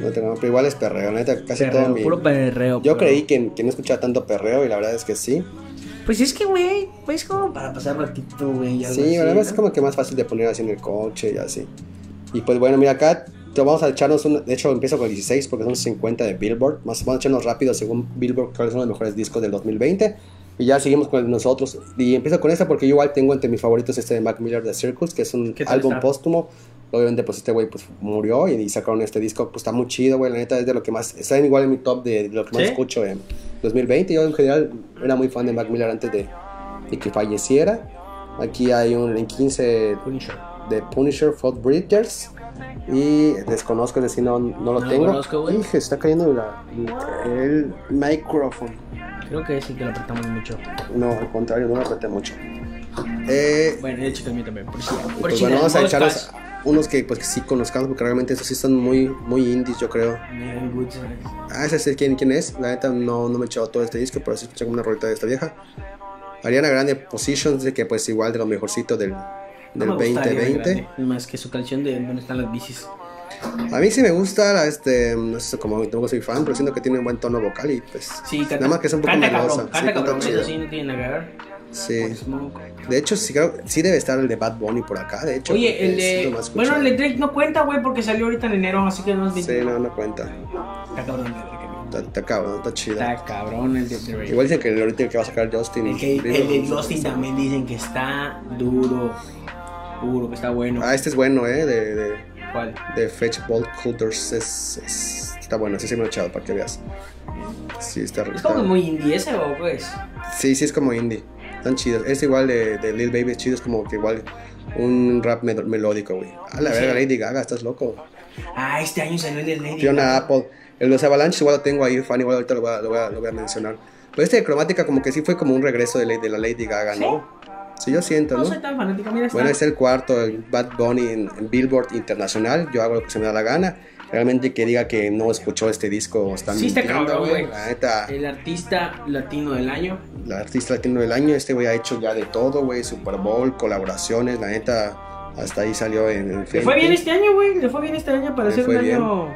B: No tengo, pero igual es perreo, la neta, casi
A: Perreo,
B: todo mi.
A: puro perreo.
B: Yo
A: pero-
B: creí que, que no escuchaba tanto perreo y la verdad es que sí.
A: Pues es que, güey, pues es como para pasar ratito, güey. y algo
B: Sí,
A: así,
B: bueno, es
A: ¿no?
B: como que más fácil de poner así en el coche y así. Y pues bueno, mira acá te vamos a echarnos un, de hecho empiezo con el 16 porque son 50 de Billboard, más vamos a echarnos rápido según Billboard cuáles son los mejores discos del 2020 y ya seguimos con nosotros y empiezo con esta porque yo igual tengo entre mis favoritos este de Mac Miller de Circles, que es un
A: ¿Qué tal
B: álbum
A: está?
B: póstumo. Obviamente pues este güey pues murió y, y sacaron este disco, pues está muy chido, güey, la neta es de lo que más está igual en mi top de, lo que más
A: ¿Sí?
B: escucho en 2020. Yo en general era muy fan de Mac Miller antes de de que falleciera. Aquí hay un en 15
A: Punisher.
B: de Punisher Fort Bridgers. Y desconozco, es decir, no, no lo
A: No lo
B: tengo.
A: conozco, güey.
B: Dije, está cayendo la- el micrófono.
A: Creo que sí que lo apretamos mucho.
B: No, al contrario, no lo apreté mucho. Eh,
A: Bueno, de hecho, también, también. Por si,
B: y
A: por
B: pues
A: si
B: bueno,
A: de
B: vamos a
A: moscas.
B: echarles unos que pues que sí conozcamos, porque realmente esos sí están muy, muy indies, yo creo.
A: Mira, el Woods, eh.
B: Ah, ese sé quién, quién es. La neta no, no me he echado todo este disco, pero sí escuché como una roleta de esta vieja. Ariana Grande Positions, de que pues igual de lo mejorcito del,
A: No
B: del
A: me gusta Ariana
B: 2020.
A: Grande, Más que su canción de ¿Dónde están las bicis?
B: A mí sí me gusta, la, este, no sé como tampoco soy fan, pero siento que tiene un buen tono vocal y pues.
A: Sí, canta.
B: Nada más que es un poco
A: canta
B: melosa.
A: cabrón,
B: Sí,
A: canta
B: canta
A: cabrón,
B: chido.
A: eso sí, no tiene nada que ver.
B: Sí.
A: Smoke.
B: De hecho, sí, creo, sí debe estar el de Bad Bunny por acá, de hecho.
A: Oye,
B: porque
A: el
B: es lo
A: de.
B: más
A: Bueno,
B: escuchado.
A: el de Drake no cuenta, güey, porque salió ahorita en enero, así que no es
B: Sí, no, no cuenta.
A: Está cabrón el de Drake. amigo.
B: Está, está cabrón, está chido.
A: Está cabrón el de Drake.
B: Igual dicen que el ahorita que va a sacar Justin.
A: el, que,
B: Bieber.
A: el de Justin también dicen que está duro. Duro, que está bueno.
B: Ah, este es bueno, eh, de, de,
A: ¿Cuál?
B: de Fetch Ball Cultures. Es, es- está bueno, sí, sí me lo he echado para que veas. Sí, está
A: Es
B: rico.
A: como muy indie ese, ¿o pues?
B: Sí, sí, es como indie. Están chidos. Es igual de, de Lil Baby, es chido, es como que igual un rap me- melódico, güey. A la
A: Sí.
B: verga, Lady Gaga, estás loco.
A: Ah, este año salió el de Lady.
B: Fiona
A: Gaga.
B: Apple. El de los Avalanche igual lo tengo ahí, fan, igual ahorita lo voy a, lo voy a- lo voy a mencionar. Pero este de cromática como que sí fue como un regreso de, la- de la Lady Gaga, ¿no? Sí, yo siento,
A: No
B: ¿no?
A: soy tan fanático, mira, está.
B: Bueno, es el cuarto, el Bad Bunny en, en Billboard Internacional. Yo hago lo que se me da la gana. Realmente que diga que no escuchó este disco está
A: Sí, está
B: mintiendo,
A: cabrón, güey.
B: La neta,
A: El artista latino del año.
B: la artista latino del año, este güey ha hecho ya de todo, güey. Super Bowl, colaboraciones, la neta, hasta ahí salió en, en
A: Le fue
B: Fenty.
A: bien este año, güey. Le fue bien este año para
B: Le
A: ser un
B: fue bien.
A: año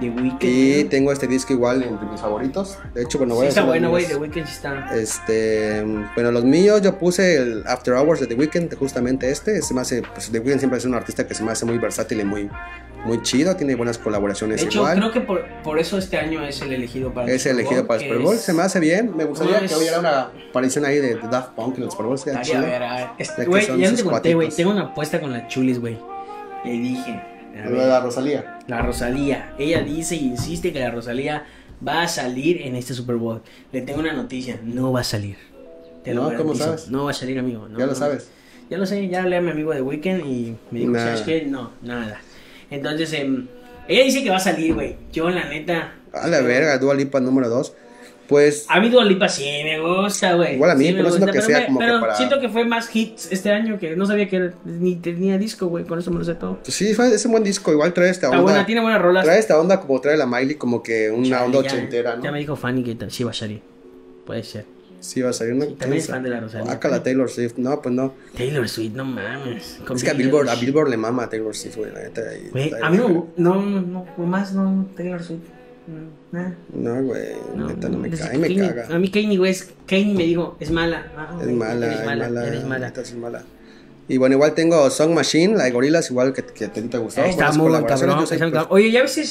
A: de Weekend.
B: Y
A: Sí,
B: tengo este disco igual entre mis favoritos. De hecho, bueno, voy a
A: está
B: decir
A: bueno,
B: los
A: güey.
B: míos.
A: De Weekend sí está.
B: Este, bueno, los míos yo puse el After Hours de The Weeknd, justamente este. Se me hace, pues, The Weeknd siempre es un artista que se me hace muy versátil y muy, muy chido. Tiene buenas colaboraciones
A: De hecho,
B: igual.
A: creo que por, por eso este año es el elegido para el
B: es elegido para el Super Bowl. Se me hace bien. Me gustaría
A: No, es-
B: que hubiera una aparición ahí de Daft Punk en el Super Bowl. Sería
A: Estaría
B: chido.
A: verga. Este-
B: Ya que
A: Güey,
B: son
A: ya no te
B: sus
A: conté, güey.
B: cuatitos.
A: Tengo una apuesta con las chulis, güey. Le dije. a
B: Lo de
A: ver,
B: la Rosalía.
A: La Rosalía. Ella dice y insiste que la Rosalía va a salir en este Super Bowl. Le tengo una noticia. No va a salir. Te lo
B: No, ¿cómo
A: garantizo.
B: sabes?
A: No va a salir, amigo. No,
B: ya
A: no.
B: lo sabes.
A: Ya lo sé, ya hablé a mi amigo de Weekend y me dijo,
B: Nada.
A: ¿sabes qué? No, nada. Entonces, em, ella dice que va a salir, güey. Yo, la neta.
B: A la verga, Dua Lipa número 2. Pues
A: A mí Dua Lipa sí me gusta, güey.
B: Igual a mí,
A: Sí me
B: pero siento que sea
A: me-
B: como que
A: pero
B: para-
A: siento que fue más hits este año que no sabía que era- ni tenía disco, güey. Con eso me lo sé todo.
B: pues sí, fue- es un buen disco. Igual trae esta
A: Está buena,
B: onda.
A: tiene buenas rolas.
B: Trae esta onda como trae la Miley, como que una
A: Chale,
B: onda
A: ya-
B: ochentera, ¿no?
A: Ya me dijo Fanny que ta- sí va a salir. Puede ser.
B: Sí, va a salir una.
A: Y también es
B: intensa.
A: fan de la Rosalía.
B: Acá la Taylor Swift, no, pues no.
A: Taylor Swift, no mames. Con
B: Es que a
A: Billie
B: Billboard, a
A: Eilish.
B: Billboard le mama a Taylor Swift, güey, la neta. y-
A: Güey,
B: está-
A: a mí no, no, no, no, más no, Taylor Swift. No, nada.
B: No, güey,
A: No,
B: neta, no me
A: desde
B: cae,
A: que
B: me
A: Kanye-
B: caga.
A: A mí Kanye, güey, es- Kanye me dijo, es mala. Ah,
B: Es
A: güey,
B: mala,
A: eres
B: es
A: mala,
B: mala,
A: eres mala.
B: neta, es mala. Y bueno, igual tengo Song Machine, la de Gorilas, igual que, que a ti te gustó.
A: Está
B: buenas
A: muy
B: colaboraciones,
A: cabrón,
B: yo sé
A: está muy
B: que-
A: cabrón. Oye, ¿ya viste,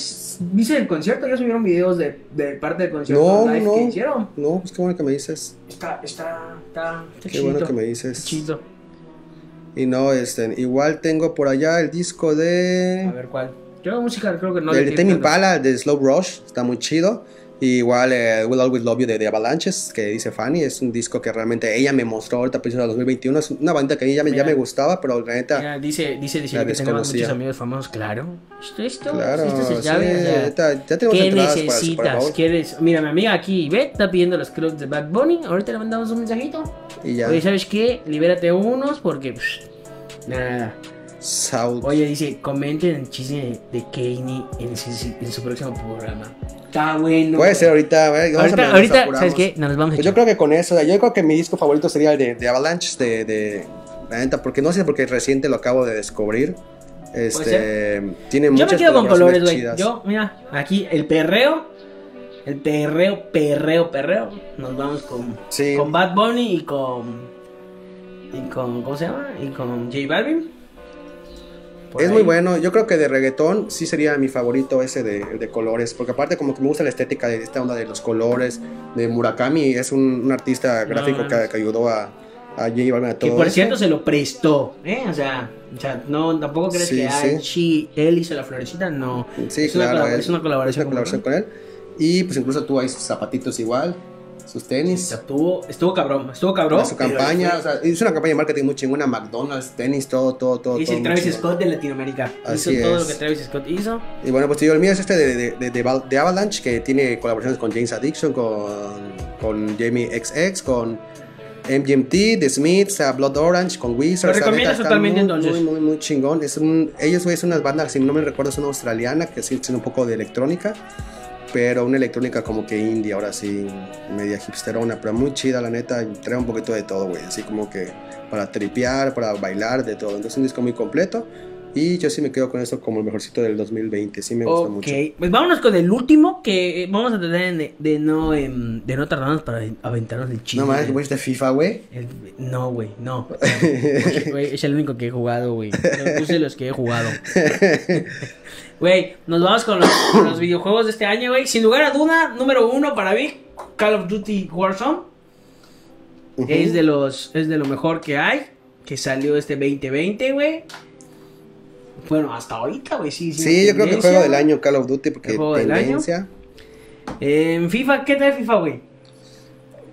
A: viste el concierto? ¿Ya subieron videos de, de parte del concierto
B: No,
A: live que
B: no,
A: hicieron?
B: pues, no, es que bueno que me dices.
A: Está, está, está, está
B: Qué
A: chido.
B: bueno que me dices.
A: Chido.
B: Y no, este, igual tengo por allá el disco
A: A
B: de.
A: ver, ¿cuál? Yo música creo que no.
B: el
A: le
B: de Tame
A: tengo tanto.
B: Impala, el de Slow Rush, está muy chido. Y igual eh, Will Always Love You de, de Avalanches, que dice Fanny, es un disco que realmente ella me mostró ahorita, principios de 2021. Es una banda que a mí ya me, ya
A: Mira.
B: me gustaba, pero la neta.
A: Mira, dice, dice, dice
B: La
A: que tenemos
B: desconocía.
A: muchos amigos famosos, claro. Esto, esto,
B: Claro,
A: esto se
B: sí,
A: sabe, o sea,
B: ahorita ya tenemos
A: ¿Qué
B: entradas para el Super
A: necesitas?
B: Bowl
A: ¿Quieres? Mira, mi amiga aquí, Ivette, está pidiendo los clubs de Bad Bunny. Ahorita le mandamos un mensajito.
B: y ya.
A: Oye, ¿sabes qué? Libérate unos porque. psh, nada.
B: South.
A: Oye, dice, comenten el chisme de Kanye en su, en su próximo programa. Está bueno.
B: Puede ser ahorita, a ver, vamos a
A: Ahorita,
B: ver,
A: ahorita,
B: nos apuramos.
A: ¿sabes qué? No, Nos vamos a
B: Pues yo
A: echar.
B: creo que con eso, yo creo que mi disco favorito sería el de, de Avalanche, de, de la neta, porque no sé, porque reciente lo acabo de descubrir. Este, tiene
A: Yo,
B: muchas
A: me quedo con colores,
B: colaboraciones
A: güey.
B: chidas.
A: Yo, mira, aquí el perreo. El perreo, perreo, perreo. Nos vamos con,
B: Sí.
A: con Bad Bunny y con. Y con. ¿Cómo se llama? Y con J Balvin. Por
B: es
A: ahí.
B: muy bueno, yo creo que de reggaetón sí sería mi favorito ese de, el de colores, porque aparte como que me gusta la estética de esta onda de los colores, de Murakami, es un, un artista
A: No,
B: gráfico que,
A: mames.
B: que ayudó a, a J Balvin a
A: Que
B: todo
A: por
B: eso.
A: cierto se lo prestó, ¿eh? O sea, o sea no, tampoco crees
B: Sí,
A: que ay,
B: sí.
A: sí, él hizo la florecita, no.
B: Sí,
A: Es una
B: claro,
A: colab- es una colaboración
B: es una colaboración con él. Y pues incluso tú hay zapatitos igual. sus tenis.
A: Estuvo, estuvo cabrón, estuvo cabrón.
B: su
A: pero
B: campaña,
A: fue-
B: o sea, hizo una campaña de marketing muy chingona, McDonald's, tenis, todo, todo, todo.
A: es
B: todo
A: el
B: muy
A: Travis
B: chingón.
A: Scott de Latinoamérica.
B: Así
A: hizo todo
B: es.
A: lo que Travis Scott hizo.
B: Y bueno, pues te digo, el mío es este de, de, de- de Val- de Avalanche, que tiene colaboraciones con James Addiction, con, con Jamie XX, con MGMT, The Smiths, a Blood Orange, con Wizard.
A: Lo recomiendas totalmente,
B: muy,
A: entonces.
B: Muy, muy, muy chingón. Es un, ellos, güey, es una banda, si no me recuerdo, es una australiana que sí tiene un poco de electrónica, pero una electrónica como que indie, ahora sí, media hipsterona, pero muy chida, la neta. y Trae un poquito de todo, güey, así como que para tripear, para bailar, de todo. Entonces, un disco muy completo. Y yo sí me quedo con esto como el mejorcito del 2020. Sí me gusta
A: Ok,
B: mucho.
A: pues vámonos con el último que eh, vamos a tratar de, de no, em, de no tardarnos para aventarnos el chisme.
B: No mames, güey, es de FIFA, güey.
A: El- No, güey, no. Porque, güey, es el único que he jugado, güey. Los puse los que he jugado. Güey, nos vamos con los, con los videojuegos de este año, güey. Sin lugar a duda, número uno para mí, Call of Duty Warzone.
B: Ujú.
A: es, de los, es de lo mejor que hay. Que salió este 2020, güey. Bueno, hasta ahorita, güey, sí.
B: Sí, yo creo que el juego del año Call of Duty porque
A: ¿El juego del año?
B: tendencia.
A: En FIFA, ¿qué tal FIFA, güey?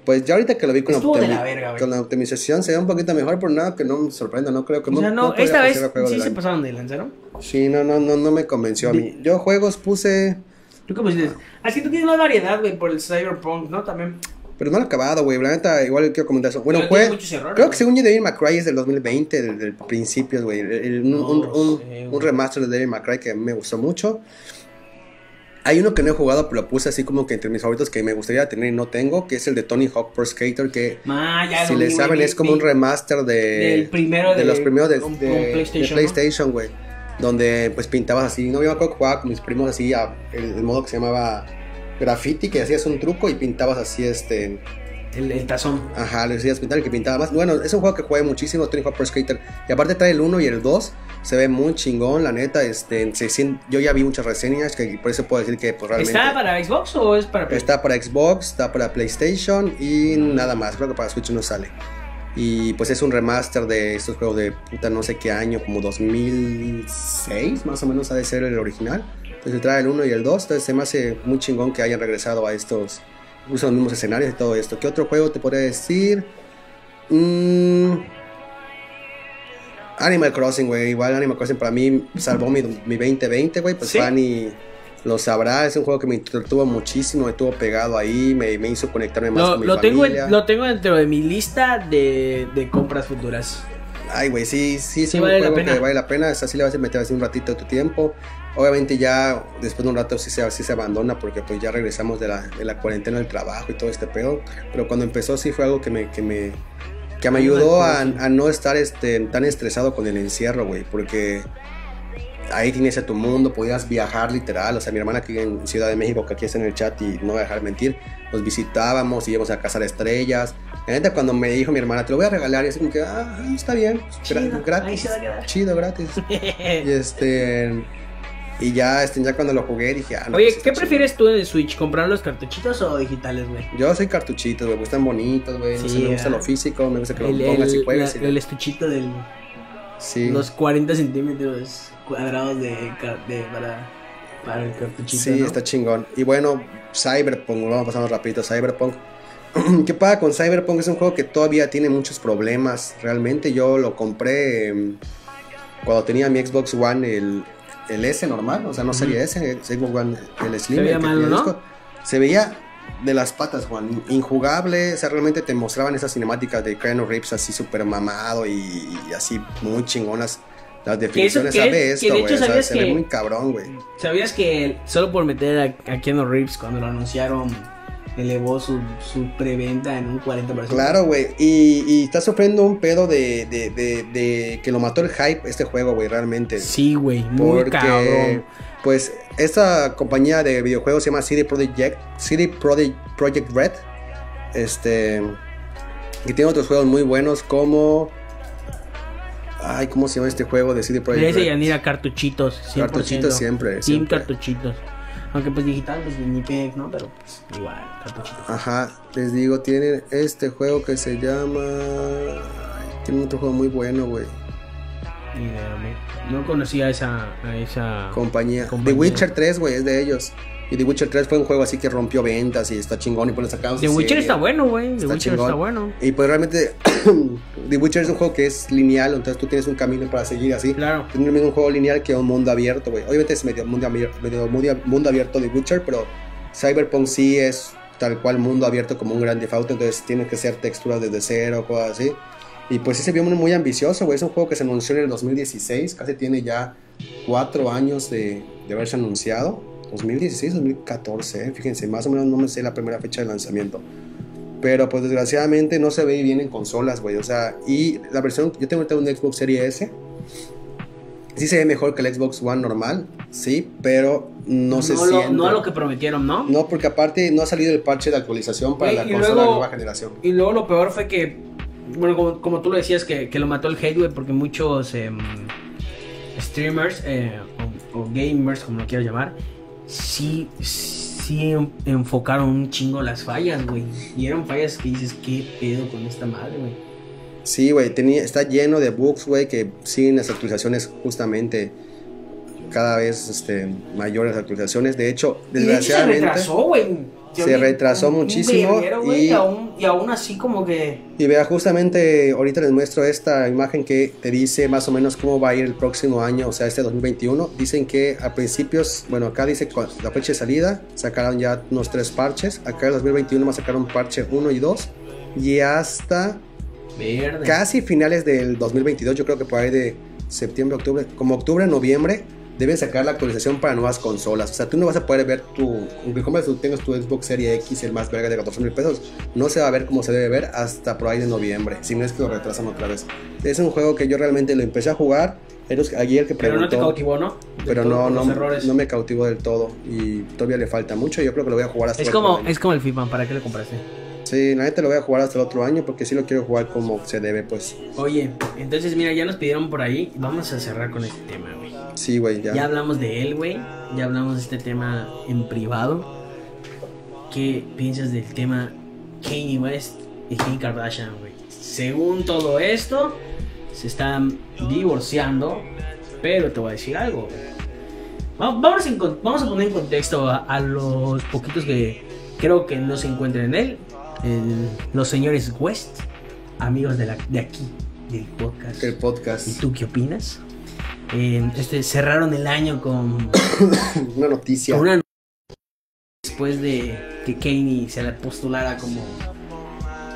B: Pues ya ahorita que lo vi con,
A: Estuvo de
B: optimi-
A: la verga, güey.
B: con la optimización se ve un poquito mejor, pero nada que no me sorprenda, no creo que
A: O sea, no,
B: podría
A: esta vez
B: considerar juego
A: sí
B: del
A: se
B: año.
A: pasaron de lanza, ¿no?
B: Sí, no, no, no, no me convenció a mí. Yo juegos puse,
A: ¿Tú qué
B: Ah.
A: pusiste? Así que tú tienes más variedad, güey, por el Cyberpunk, ¿no? También.
B: pero no lo he acabado, güey. La neta, igual quiero comentar eso. Bueno,
A: Pero
B: jue-
A: tiene muchos errores,
B: creo
A: güey.
B: que según yo, David McRae es del 2020, del, del principio, güey. El- el- Un,
A: No
B: un-
A: lo
B: un-
A: sé, güey.
B: un remaster de David McRae que me gustó mucho. Hay uno que no he jugado, pero lo puse así como que entre mis favoritos que me gustaría tener y no tengo, que es el de Tony Hawk Pro Skater, que
A: Ma, ah, ya
B: si
A: lo
B: le
A: vi, güey,
B: saben
A: vi-
B: es como un
A: vi-
B: remaster de,
A: del primero
B: de
A: de-
B: los primeros de,
A: con-
B: de-
A: con
B: de
A: PlayStation, ¿no?
B: PlayStation, güey. Donde pues pintabas así, no yo me acuerdo que jugaba con mis primos así, a- el, el modo que se llamaba graffiti, que hacías un truco y pintabas así este...
A: El, el tazón.
B: Ajá, le decías pintar el que pintaba más. Bueno, es un juego que jugué muchísimo, Tony Hawk Pro Skater. Y aparte trae el 1 y el 2. Se ve muy chingón, la neta. Este, se sien- yo ya vi muchas reseñas, que por eso puedo decir que pues, realmente.
A: ¿Está para Xbox o es para Play?
B: está para Xbox, está para PlayStation y nada más. Creo que para Switch no sale. Y pues es un remaster de estos juegos de puta no sé qué año, como 2006 más o menos ha de ser el original. Entonces trae el 1 y el 2. Entonces se me hace muy chingón que hayan regresado a estos usan los mismos escenarios y todo esto. ¿Qué otro juego te podría decir? Mm, Animal Crossing, güey. Igual Animal Crossing para mí salvó mi, mi 2020, güey. Pues
A: Sí.
B: Fanny lo sabrá. Es un juego que me entretuvo muchísimo. Me estuvo pegado ahí. Me, me hizo conectarme más
A: Lo,
B: con mi
A: lo tengo,
B: familia.
A: en- lo tengo dentro de mi lista de, de compras futuras.
B: Ay, güey, sí, sí,
A: Sí
B: sí, un
A: vale la
B: juego
A: pena.
B: que vale la pena. O sea, sí le vas a meter así un ratito de tu tiempo. Obviamente ya después de un rato sí se, sí se abandona porque pues ya regresamos de la, de la cuarentena al trabajo y todo este pedo. Pero cuando empezó sí fue algo que me, que me, que me ayudó a,
A: pues.
B: a no estar este, tan estresado con el encierro, güey. Porque ahí tienes a tu mundo, podías viajar literal. O sea, mi hermana aquí en Ciudad de México, que aquí está en el chat y no voy a dejar mentir, nos visitábamos, íbamos a cazar estrellas. La neta, cuando me dijo mi hermana, te lo voy a regalar, y así como que, ah, está bien, gra-
A: Chido,
B: gratis.
A: ahí se va a quedar.
B: Chido, gratis. y este. Y ya, este, ya cuando lo jugué dije, ah, no.
A: Oye,
B: pues está
A: ¿qué
B: chido.
A: prefieres tú de Switch? ¿Comprar los cartuchitos o digitales, güey?
B: Yo soy cartuchito, me gustan bonitos, güey. no
A: Sí,
B: sé, me gusta
A: ah.
B: lo físico, me gusta que
A: El,
B: lo pongas
A: el-
B: y juegues.
A: la-
B: y-
A: el estuchito de
B: sí.
A: los 40 centímetros cuadrados de, car- de- para, para el cartuchito.
B: Sí,
A: ¿no?
B: está chingón. Y bueno, Cyberpunk, vamos a pasarnos rapidito, Cyberpunk. ¿Qué pasa con Cyberpunk? Es un juego que todavía tiene muchos problemas. Realmente yo lo compré em, cuando tenía mi Xbox One, el, el S normal, o sea, no
A: Ujú.
B: sería S, el Xbox One, el Slim.
A: Se veía
B: el que
A: malo,
B: tenía
A: ¿no?
B: disco. Se veía de las patas, Juan, injugable. O sea, realmente te mostraban esas cinemáticas de Keanu Reeves así súper mamado y, y así muy chingonas. Las definiciones,
A: que-
B: sabe
A: que de
B: esto, güey.
A: hecho
B: O sea,
A: sabías
B: se
A: que-
B: ve muy cabrón, güey.
A: ¿Sabías que solo por meter a, a Keanu Reeves cuando lo anunciaron elevó su, su preventa en un 40%?
B: Claro, güey. Y, y está sufriendo un pedo de, de- de- de que lo mató el hype este juego, güey, realmente.
A: Sí, güey, muy cabrón.
B: pues, esta compañía de videojuegos se llama City Project, City Prode- Project Red. Este. Que tiene otros juegos muy buenos como. Ay, ¿cómo se llama este juego de City
A: Le
B: Project
A: dice
B: Red?
A: Yanira cartuchitos, 100%.
B: Cartuchitos siempre,
A: Team
B: siempre.
A: cartuchitos. Aunque pues digital, pues ni peg, ¿no? Pero pues igual, cartuchitos.
B: Ajá, les digo, tienen este juego que se llama. Ay, Tiene otro juego muy bueno, güey.
A: Ni idea, güey. No conocía a esa, a esa...
B: compañía.
A: Compañía.
B: The Witcher 3, güey, es de ellos. Y The Witcher 3 fue un juego así que rompió ventas y está chingón y ponen sacados.
C: The Witcher está bueno, güey. The
B: Está
C: Witcher
B: chingón.
C: está bueno.
B: Y pues realmente The Witcher es un juego que es lineal, entonces tú tienes un camino para seguir así.
C: Claro.
B: Es lo mismo un juego lineal que un mundo abierto, güey. Obviamente es medio mundo, abier- medio mundo- mundo abierto de Witcher, pero Cyberpunk sí es tal cual mundo abierto como un gran default, entonces tiene que ser texturas desde cero, cosas así. Y pues sí se vio muy, muy ambicioso, güey. Es un juego que se anunció en el 2016, casi tiene ya cuatro años de, de haberse anunciado. 2016, 2014, eh, fíjense, más o menos no me sé la primera fecha de lanzamiento. Pero pues desgraciadamente no se ve bien en consolas, güey. O sea, y la versión, yo tengo ahorita un Xbox Series S. Sí se ve mejor que el Xbox One normal, sí, pero no, se
C: lo-
B: siente.
C: no a lo que prometieron, ¿no?
B: No, porque aparte no ha salido el parche de actualización para
C: Güey,
B: la
C: y
B: consola de
C: luego-
B: nueva generación.
C: Y luego lo peor fue que, bueno, como, como tú lo decías, que, que lo mató el hate, güey, porque muchos em, streamers eh, o, o gamers, como lo quieras llamar, sí, sí en- enfocaron un chingo las fallas, güey. Y eran fallas que dices, ¿qué pedo con esta madre, güey?
B: Sí, güey, tenía- está lleno de bugs, güey, que siguen las actualizaciones justamente cada vez este, mayores actualizaciones. De
C: Y
B: hecho,
C: de hecho se
B: desgraciadamente...
C: retrasó, güey.
B: Se retrasó muchísimo
C: verguero, güey,
B: y-
C: y aún- y aún así como que...
B: Y vea, justamente ahorita les muestro esta imagen que te dice más o menos cómo va a ir el próximo año, o sea, este 2021. Dicen que a principios, bueno, acá dice cu- la fecha de salida, sacaron ya unos tres parches. Acá en 2021 más sacaron parche 1 y 2. Y hasta
C: Verde.
B: casi finales del 2022, yo creo que por ahí de septiembre, octubre, como octubre, noviembre, deben sacar la actualización para nuevas consolas. O sea, tú no vas a poder ver tu, aunque compres tú tengas tu Xbox Series X, el más verga de 14 mil pesos, no se va a ver como se debe ver hasta por ahí de noviembre, si no es que lo retrasan otra vez. Es un juego que yo realmente lo empecé a jugar, eres ayer que
C: Pero no te
B: preguntó.
C: cautivó, ¿no? De
B: Pero
C: todo
B: no,
C: por
B: no,
C: los errores.
B: no me cautivó del todo y todavía le falta mucho. Yo creo que lo voy a jugar hasta
C: Es
B: el otro
C: como,
B: año.
C: es como el FIFA, ¿para qué lo compraste?
B: Sí, la neta lo voy a jugar hasta el otro año porque sí lo quiero jugar como se debe, pues.
A: Oye, entonces mira, ya nos pidieron por ahí. Vamos a cerrar con este tema, güey.
B: Sí, güey, ya.
A: Ya hablamos de él, güey. Ya hablamos de este tema en privado. ¿Qué piensas del tema Kanye West y Kim Kardashian, güey? Según todo esto, se están divorciando. Pero te voy a decir algo, güey. Va- Vamos, en con- vamos a poner en contexto a, a los poquitos que creo que no se encuentran en él. El- los señores West, amigos de, la, de aquí, del podcast.
B: El podcast.
A: ¿Y tú qué opinas? Eh, este, cerraron el año con,
B: Una noticia.
A: con una no- después de que Kanye se la postulara como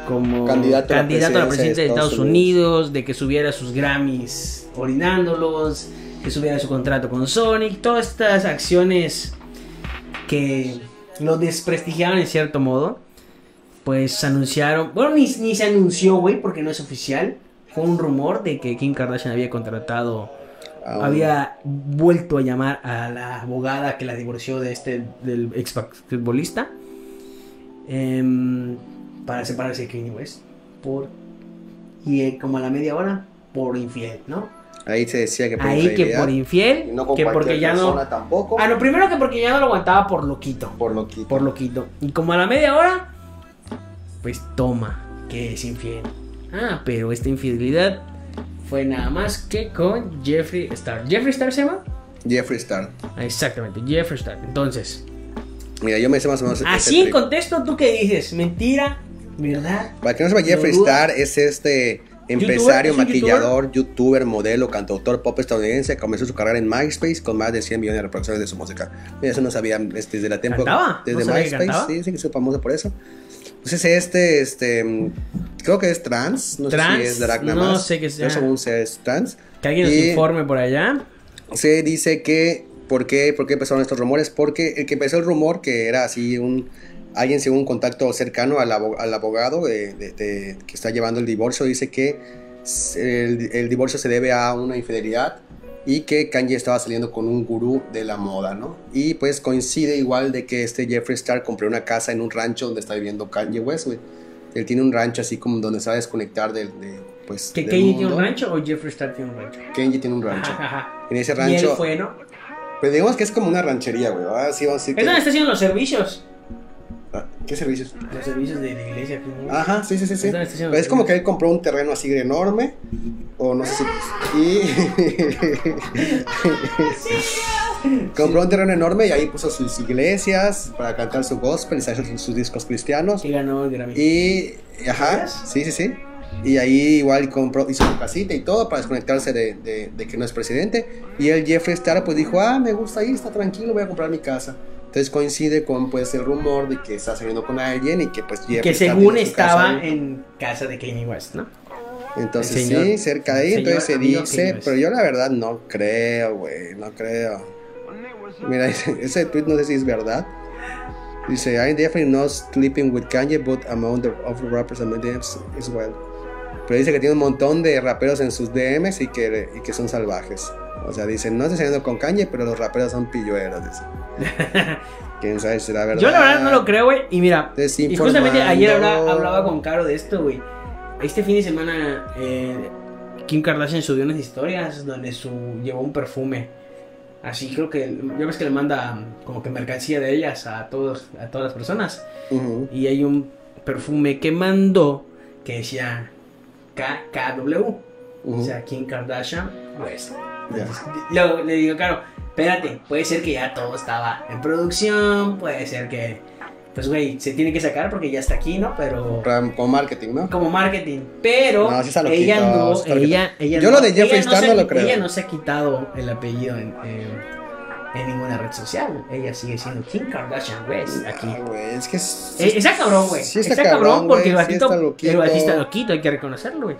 A: como
B: Candidato a la
A: candidato a la presidencia de Estados Unidos,
C: de que subiera sus Grammys orinándolos, que subiera su contrato con Sonic, todas estas acciones
A: que lo desprestigiaron en cierto modo. Pues anunciaron, bueno, ni, ni se anunció, güey, porque no es oficial. Fue un rumor de que Kim Kardashian había contratado
B: Ah,
A: había vuelto a llamar a la abogada que la divorció de este del ex basquetbolista em, para separarse de Kanye West por y eh, como a la media hora por infiel, ¿no?
B: Ahí se decía que por
A: Ahí que
B: infidelidad,
A: por infiel,
B: y no con
A: que porque
B: cualquier
A: ya no
B: persona tampoco.
A: Ah, no, primero que porque ya no lo aguantaba por loquito,
B: Por lo que.
A: por loquito. Y como a la media hora pues toma que es infiel. Ah, pero esta infidelidad fue nada más que con Jeffree Star. ¿Jeffree Star se llama?
B: Jeffree Star.
A: Exactamente, Jeffree Star. Entonces,
B: Mira, yo me sé más o menos. este
A: así en
B: trip.
A: contexto, ¿tú qué dices? ¿Mentira? ¿Verdad?
B: Para que no sepa, Jeffree
A: duda.
B: Star es este empresario,
A: ¿Es un
B: maquillador, youtuber, modelo, cantautor pop estadounidense. Comenzó su carrera en MySpace con más de 100 millones de reproducciones de su música. Mira, eso no sabía este, desde la tiempo.
A: ¿Cantaba?
B: Desde
A: ¿No sabía que
B: MySpace,
A: cantaba?
B: sí, sí, que soy famoso por eso. Pues es este, este. mm, Creo que es trans. No
A: Trans,
B: sé si es drag nada
A: no
B: más.
A: sé qué sea.
B: Yo según sé, es trans.
A: Que alguien nos
B: Y-
A: informe por allá.
B: se dice que ¿por qué, por qué empezaron estos rumores porque el que empezó el rumor que era así un alguien según un contacto cercano al, abo- al abogado de- de- de- que está llevando el divorcio dice que s- el, el divorcio se debe a una infidelidad y que Kanye estaba saliendo con un gurú de la moda, ¿no? Y pues coincide igual de que este Jeffree Star compró una casa en un rancho donde está viviendo Kanye West, güey. Él tiene un rancho así como donde se va a desconectar del, de, pues,
A: ¿Que
B: del
A: Kanye tiene un
B: mundo.
A: rancho o Jeffree Star tiene un rancho?
B: Kanye tiene un rancho.
A: Ajá.
B: En ese
A: Y él
B: rancho
A: fue, ¿no?
B: pero digamos que es como una ranchería, güey. ¿verdad? Sí, vamos a decir
A: Es donde
B: que...
A: está haciendo los servicios.
B: Ah, ¿Qué servicios?
A: Los servicios de la iglesia. ¿cómo?
B: Ajá, sí, sí, sí, sí.
A: Es donde está haciendo
B: Pero
A: los
B: es como que
A: servicios.
B: él compró un terreno así enorme. O no sé si. Y. Compró un terreno enorme y ahí puso sus iglesias para cantar su gospel y hacer sus, sus discos cristianos.
C: Y ganó el Grammy.
B: Y, ajá,
A: ¿Sabías?
B: sí, sí, sí. Y ahí igual compró, hizo su casita y todo para desconectarse de, de- de que no es presidente. Y el Jeffrey Star pues dijo, ah, me gusta ahí, está tranquilo, voy a comprar mi casa. Entonces coincide con pues el rumor de que está saliendo con alguien y que pues Jeffrey
A: que
B: Star
A: según
B: tiene su casa
A: estaba
B: ahí.
A: en casa de Kanye West, ¿no?
B: Entonces
A: el señor-
B: sí, cerca de ahí,
A: el
B: entonces se
A: señor amigo que
B: dice,
A: no es.
B: pero yo la verdad no creo, güey, no creo. Mira, ese, ese tweet no sé si es verdad. Dice, I'm definitely not sleeping with Kanye, but among the of rappers and DMs as well. Pero dice que tiene un montón de raperos en sus DMs y que, y que son salvajes. O sea, dice, no estoy saliendo con Kanye, pero los raperos son pillueros, dice. Quién sabe si será verdad.
C: Yo la verdad no lo creo, güey. Y mira, y justamente ayer habla-
B: Desinformando.
C: hablaba, con Caro de esto, güey.
A: Este fin de semana, eh, Kim Kardashian subió unas historias donde su, llevó un perfume. Así creo que, ya ves que le manda mm, como que mercancía de ellas a todos, a todas las personas.
B: Ujú.
A: Y hay un perfume que mandó que decía KKW.
B: Ujú.
A: O sea, Kim Kardashian, pues.
B: Ya.
A: Luego le digo, claro, espérate, puede ser que ya todo estaba en producción, puede ser que, pues, güey, se tiene que sacar porque ya está aquí, ¿no? Pero
B: Para- Como marketing, ¿no?
A: como marketing. Pero
B: No, sí está loquito,
A: ella no,
B: está loquito.
A: ella, ella
B: Yo
A: no-
B: lo de Jeffree
A: ella
B: Star
A: se
B: no
A: ha
B: lo
A: qui-
B: creo.
A: Ella no se ha quitado el apellido en, en- en ninguna red social. Ella sigue siendo Kim Kardashian West aquí.
B: Ah, güey, es que es-
A: Eh, está cabrón, güey.
B: Sí
A: está, cabrón,
B: güey,
A: porque el
B: sí está
A: batito,
B: loquito.
A: el batista loquito, hay que reconocerlo, güey.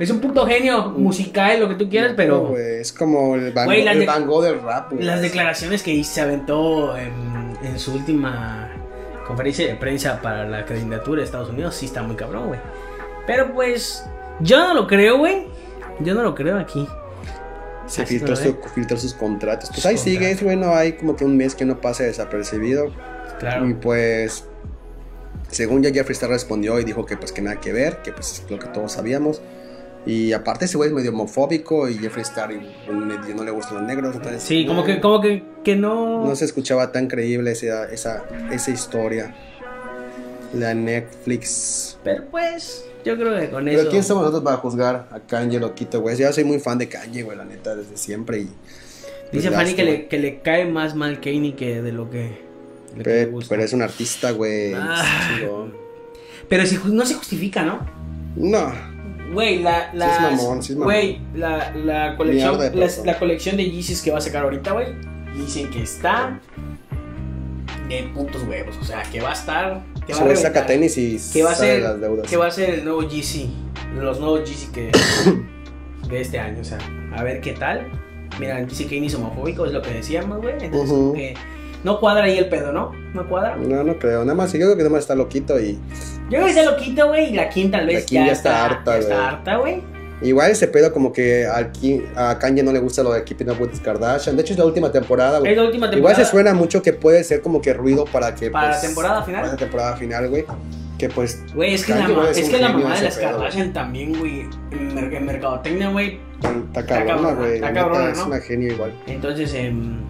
A: Es un puto genio musical, lo que tú quieras, pero
B: No, güey, es como el Van,
A: Güey, las
B: el
A: de-
B: Van Gogh del rap, güey.
A: las declaraciones que se aventó en, en su última conferencia de prensa para la candidatura de Estados Unidos sí está muy cabrón, güey. Pero pues, yo no lo creo, güey. Yo no lo creo aquí.
B: Se
A: Así lo
B: filtró, su- filtró sus contratos. Pues
A: ¿eh? Sus
B: ahí
A: contratos.
B: sigue, es bueno, hay como que un mes que no pasa desapercibido. Y
A: Claro.
B: pues, según ya Jeffree Star respondió y dijo que pues que nada que ver, que pues es lo que todos sabíamos. Y aparte ese güey es medio homofóbico y Jeffree Star y, y no le gustan los negros, entonces...
A: Sí, como
B: no,
A: que, como que, que no.
B: No se escuchaba tan creíble esa, esa, esa historia. La Netflix
A: Pero pues, yo creo que con
B: Pero
A: eso.
B: quién somos nosotros para juzgar a Kanye loquito, güey. Yo soy muy fan de Kanye, güey, la neta, desde siempre. Y,
A: Dice
B: pues,
A: Fanny que
B: lástima.
A: le, que le cae más mal Kanye que de lo que. de lo que le
B: Pe- Pero,
A: gusta.
B: es un artista, güey. es
A: Ah.
B: chingón.
A: Pero si ju- no se justifica, ¿no?
B: No.
A: Güey, la, la,
B: es mamón, sí es mamón.
A: Güey, la, la colección,
B: Mierda de
A: las-
B: persona.
A: la colección de Yeezys que va a sacar ahorita, güey, dicen que está de putos huevos, o sea, que va a estar, que va a
B: Sube saca
A: reventar,
B: tenis y
A: Que va a
B: sale
A: ser-
B: las deudas.
A: que va a ser el nuevo Yeezy, los nuevos Yeezy que de este año, o sea, a ver qué tal. Mira, dice que es homofóbico, es lo que decíamos, güey, entonces
B: Ujú.
A: que no cuadra ahí el pedo, ¿no? No cuadra.
B: No, no creo. Nada más, yo creo que nada más está loquito y.
A: Yo creo que se lo quita, güey, y la Kim tal vez
B: La Kim ya está harta,
A: ya está
B: güey.
A: harta, güey.
B: Igual ese pedo como que al Ki- a Kanye no le gusta lo de Keeping Up with the Kardashian. De hecho es la última temporada, güey.
A: Es la última temporada.
B: Igual se suena mucho que puede ser como que ruido para que
A: Para la
B: pues,
A: temporada final.
B: Para la temporada final, güey. Que pues
A: Güey, es que, la,
B: Kanye
A: ma-
B: West es
A: es
B: un
A: que la
B: genio
A: mamá de
B: ese
A: las
B: pedo, güey.
A: Kardashian también, güey, en, mer- en mercadotecnia, güey.
B: está
A: Está
B: cabrona,
A: cabrona,
B: güey. La
A: está
B: neta,
A: cabrona,
B: Es
A: ¿no?
B: una genio igual.
A: Entonces, em,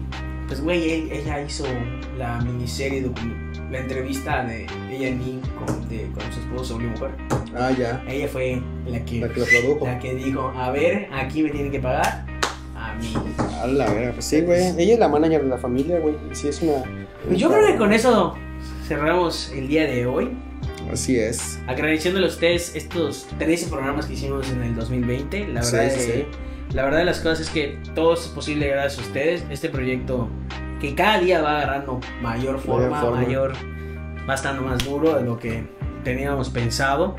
A: pues, güey, e- ella hizo la miniserie, docu- la entrevista de ella y mí con, de- con su esposo, una mujer.
B: Ah, ya.
A: Ella fue la que,
B: La que lo produjo.
A: la que dijo, a ver, aquí me tienen que pagar a mí.
B: A la verga, pues sí, güey. Ella es la manager de la familia, güey. Sí, es una.
A: Pues Yo creo que con eso cerramos el día de hoy.
B: Así es.
A: agradeciéndole a ustedes estos 13 programas que hicimos en el 2020. La
B: Sí,
A: verdad, es
B: sí,
A: que- la verdad de las cosas es que todo es posible gracias a ustedes. Este proyecto que cada día va agarrando mayor forma,
B: forma.
A: mayor, va estando más duro de lo que teníamos pensado.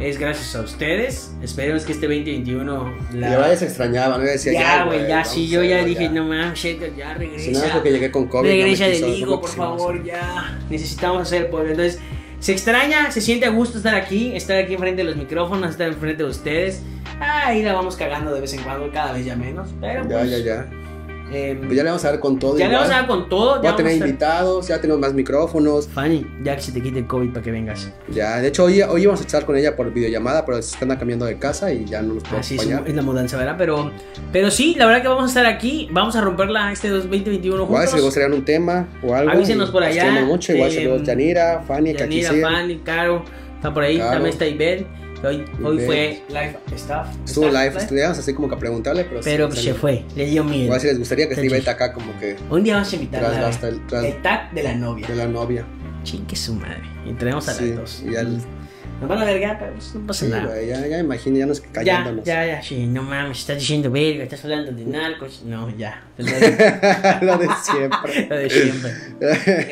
A: Es gracias a ustedes. Esperemos que este 2021
B: La
A: la...
B: verdad es extrañaba, ¿no? Yo decía,
A: ya, güey, ya,
B: eh. vamos
A: sí,
B: a
A: yo ya
B: hacerlo,
A: dije, no mames, shit, ya
B: Si nada,
A: regresa.
B: porque llegué con COVID. no me
A: Regresa del
B: quiso, no
A: higo,
B: me
A: por
B: quisimos.
A: favor, ya. Necesitamos hacer el pueblo. Entonces, se extraña, se siente a gusto estar aquí, estar aquí enfrente de los micrófonos, estar enfrente de ustedes. Ahí la vamos cagando de vez en cuando, cada vez ya menos. Pero
B: Ya,
A: pues,
B: ya, ya.
A: em,
B: Pues ya le vamos a dar con todo.
A: ya le
B: igual.
A: vamos a dar con todo.
B: Voy
A: Ya
B: a
A: vamos a
B: tener
A: estar-
B: invitados, ya tenemos más micrófonos.
A: Fanny, ya que se te quite el COVID para que vengas.
B: Ya, de hecho, hoy, hoy íbamos a estar con ella por videollamada, pero se están cambiando de casa y ya no nos podemos
A: Así Ah, es,
B: acompañar.
A: es la mudanza, ¿verdad? Pero, pero sí, la verdad que vamos a estar aquí. Vamos a romperla este 2021
B: Igual si les
A: juntos.
B: gustaría un tema o algo.
A: Avísenos por
B: los
A: allá,
B: queremos mucho. Igual
A: eh,
B: saludos Yanira, Fanny,
A: Yanira,
B: Kakisir.
A: Fanny, Caro, está por ahí.
B: Caro.
A: También está Ibel. Hoy, hoy fue live staff.
B: Estuvo
A: staff,
B: live,
A: staff,
B: estudiamos así como que a preguntarle, pero. sí,
A: Pero
B: o sea,
A: se
B: no.
A: fue, le dio miedo.
B: Igual si les gustaría que esté
A: Entonces-
B: Ivette acá como que
A: Un día vamos a invitar
B: tras,
A: a
B: hasta el, tras
A: el tag de la
B: de
A: novia.
B: la novia.
A: Chingue su madre. Y tenemos a
B: Sí,
A: las dos.
B: y al-
A: Nos van a vergar, pero pues, no pasa
B: Sí,
A: nada.
B: güey, ya, ya imagino, ya nos
A: Ya,
B: callándonos.
A: ya, ya, sí, no mames, estás diciendo verga, estás hablando de narcos. No, ya. Lo de,
B: Lo de siempre.
A: lo de siempre.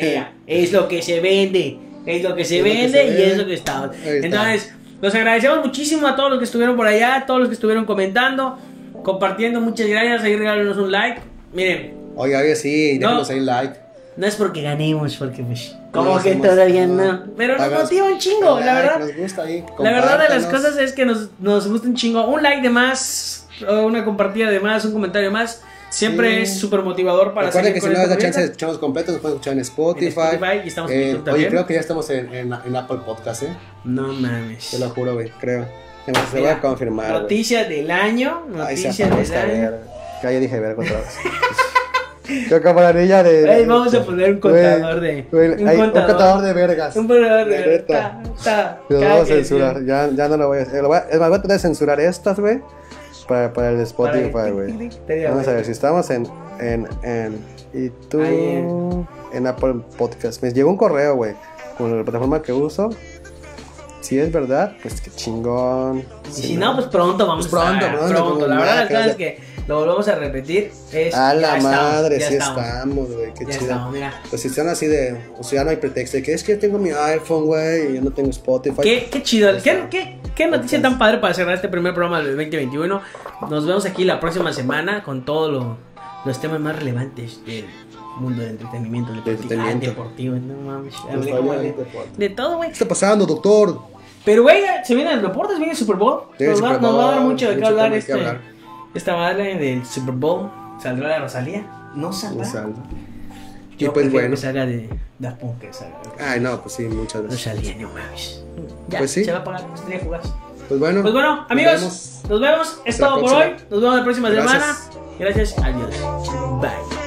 A: Mira, es lo que se vende, es lo que se
B: Es lo que
A: vende
B: se
A: y
B: vende.
A: es lo que está.
B: Ahí está.
A: Entonces, los agradecemos muchísimo a todos los que estuvieron por allá, a todos los que estuvieron comentando, compartiendo. Muchas gracias. Ahí regálenos un like. Miren,
B: Oye, oye, sí,
A: No.
B: déjanos ahí like.
A: no es porque ganemos, porque pues,
B: No
A: como que
B: somos-
A: todavía
B: no.
A: no. Pero nos
B: Háganos-
A: motiva un chingo, la
B: Like,
A: verdad.
B: Nos gusta ahí.
A: La verdad de las
B: compártanos.
A: cosas es que nos, nos gusta un chingo. Un like de más, o una compartida de más, un comentario de más. Siempre
B: Sí.
A: es súper motivador para
B: Recuerden
A: seguir
B: que si
A: con
B: no les
A: esta
B: da chance de
A: corriente.
B: escucharnos completos, nos pueden escuchar en Spotify.
A: En Spotify y estamos en
B: Eh,
A: YouTube
B: Oye,
A: también.
B: creo que ya estamos en, en- en Apple Podcast, ¿eh?
A: No mames.
B: Te lo juro, güey, creo. Se me- Se voy
A: Mira,
B: a confirmar, güey.
A: Noticias del año,
B: Ay, se
A: noticias
B: apagó
A: del
B: esta
A: año.
B: verga. Ya, ya dije verga otra vez. Yo como la niña de...
A: Ey, vamos a poner un contador de.
B: Güey,
A: un,
B: hay-
A: contador,
B: Un contador de vergas.
A: un contador de.
B: de neta.
A: ta, ta,
B: Lo
A: cada
B: voy a
A: que-
B: censurar, ya, ya no lo voy a hacer. Lo voy a- Es más, voy a tratar de censurar estas, güey, para, para el
A: para-
B: Spotify,
A: tic,
B: güey.
A: tic, tic, estaría
B: Vamos a
A: bueno.
B: ver, si estamos en, en, en, y tú,
A: Ahí
B: en Apple Podcast. Me llegó un correo, güey, con la plataforma que uso. Si es verdad, pues qué chingón.
A: Y si no, pues pronto vamos
B: Pues pronto,
A: a estar,
B: pronto, como
A: La verdad, la
B: marcas,
A: cosa es que lo volvemos a repetir. Es,
B: A la
A: ya estamos,
B: madre,
A: ya
B: sí
A: estamos,
B: estamos, güey, qué
A: Ya
B: chido.
A: estamos, mira.
B: Pues si están así de, o sea, ya no hay pretexto de que es que tengo mi iPhone, güey, y yo no tengo Spotify.
A: Qué, qué chido.
B: Ya
A: ¿Qué,
B: estamos.
A: qué, qué noticia tan padre para cerrar este primer programa del 2021. Nos vemos aquí la próxima semana con todos lo- los temas más relevantes del mundo del entretenimiento, del
B: entretenimiento.
A: deportivo. No mames.
B: Pues,
A: hablé como
B: obviamente,
A: de-
B: pues.
A: de todo, güey.
B: ¿Qué está pasando, doctor?
A: Pero, güey, se vienen los deportes, viene el Super Bowl.
B: Sí,
A: nos, va,
B: Super
A: nos va a dar
B: Bowl,
A: mucho de qué
B: mucho
A: hablar
B: tema de
A: este,
B: qué hablar.
A: esta madre del Super Bowl. ¿Saldrá la Rosalía? No saldrá.
B: Exacto.
A: Yo
B: Y pues
A: prefiero
B: bueno.
A: que salga de Daft Punk que salga. de
B: Ay, no, pues sí, muchas gracias.
A: Rosalía, no mames. Ya,
B: Pues sí.
A: se va a pagar, se tiene que jugar.
B: Pues bueno.
A: Pues bueno,
B: nos
A: amigos,
B: vemos.
A: nos vemos. Es
B: Hasta la
A: todo por hoy.
B: próxima.
A: Nos vemos la próxima
B: Gracias.
A: semana. Gracias, adiós. Bye.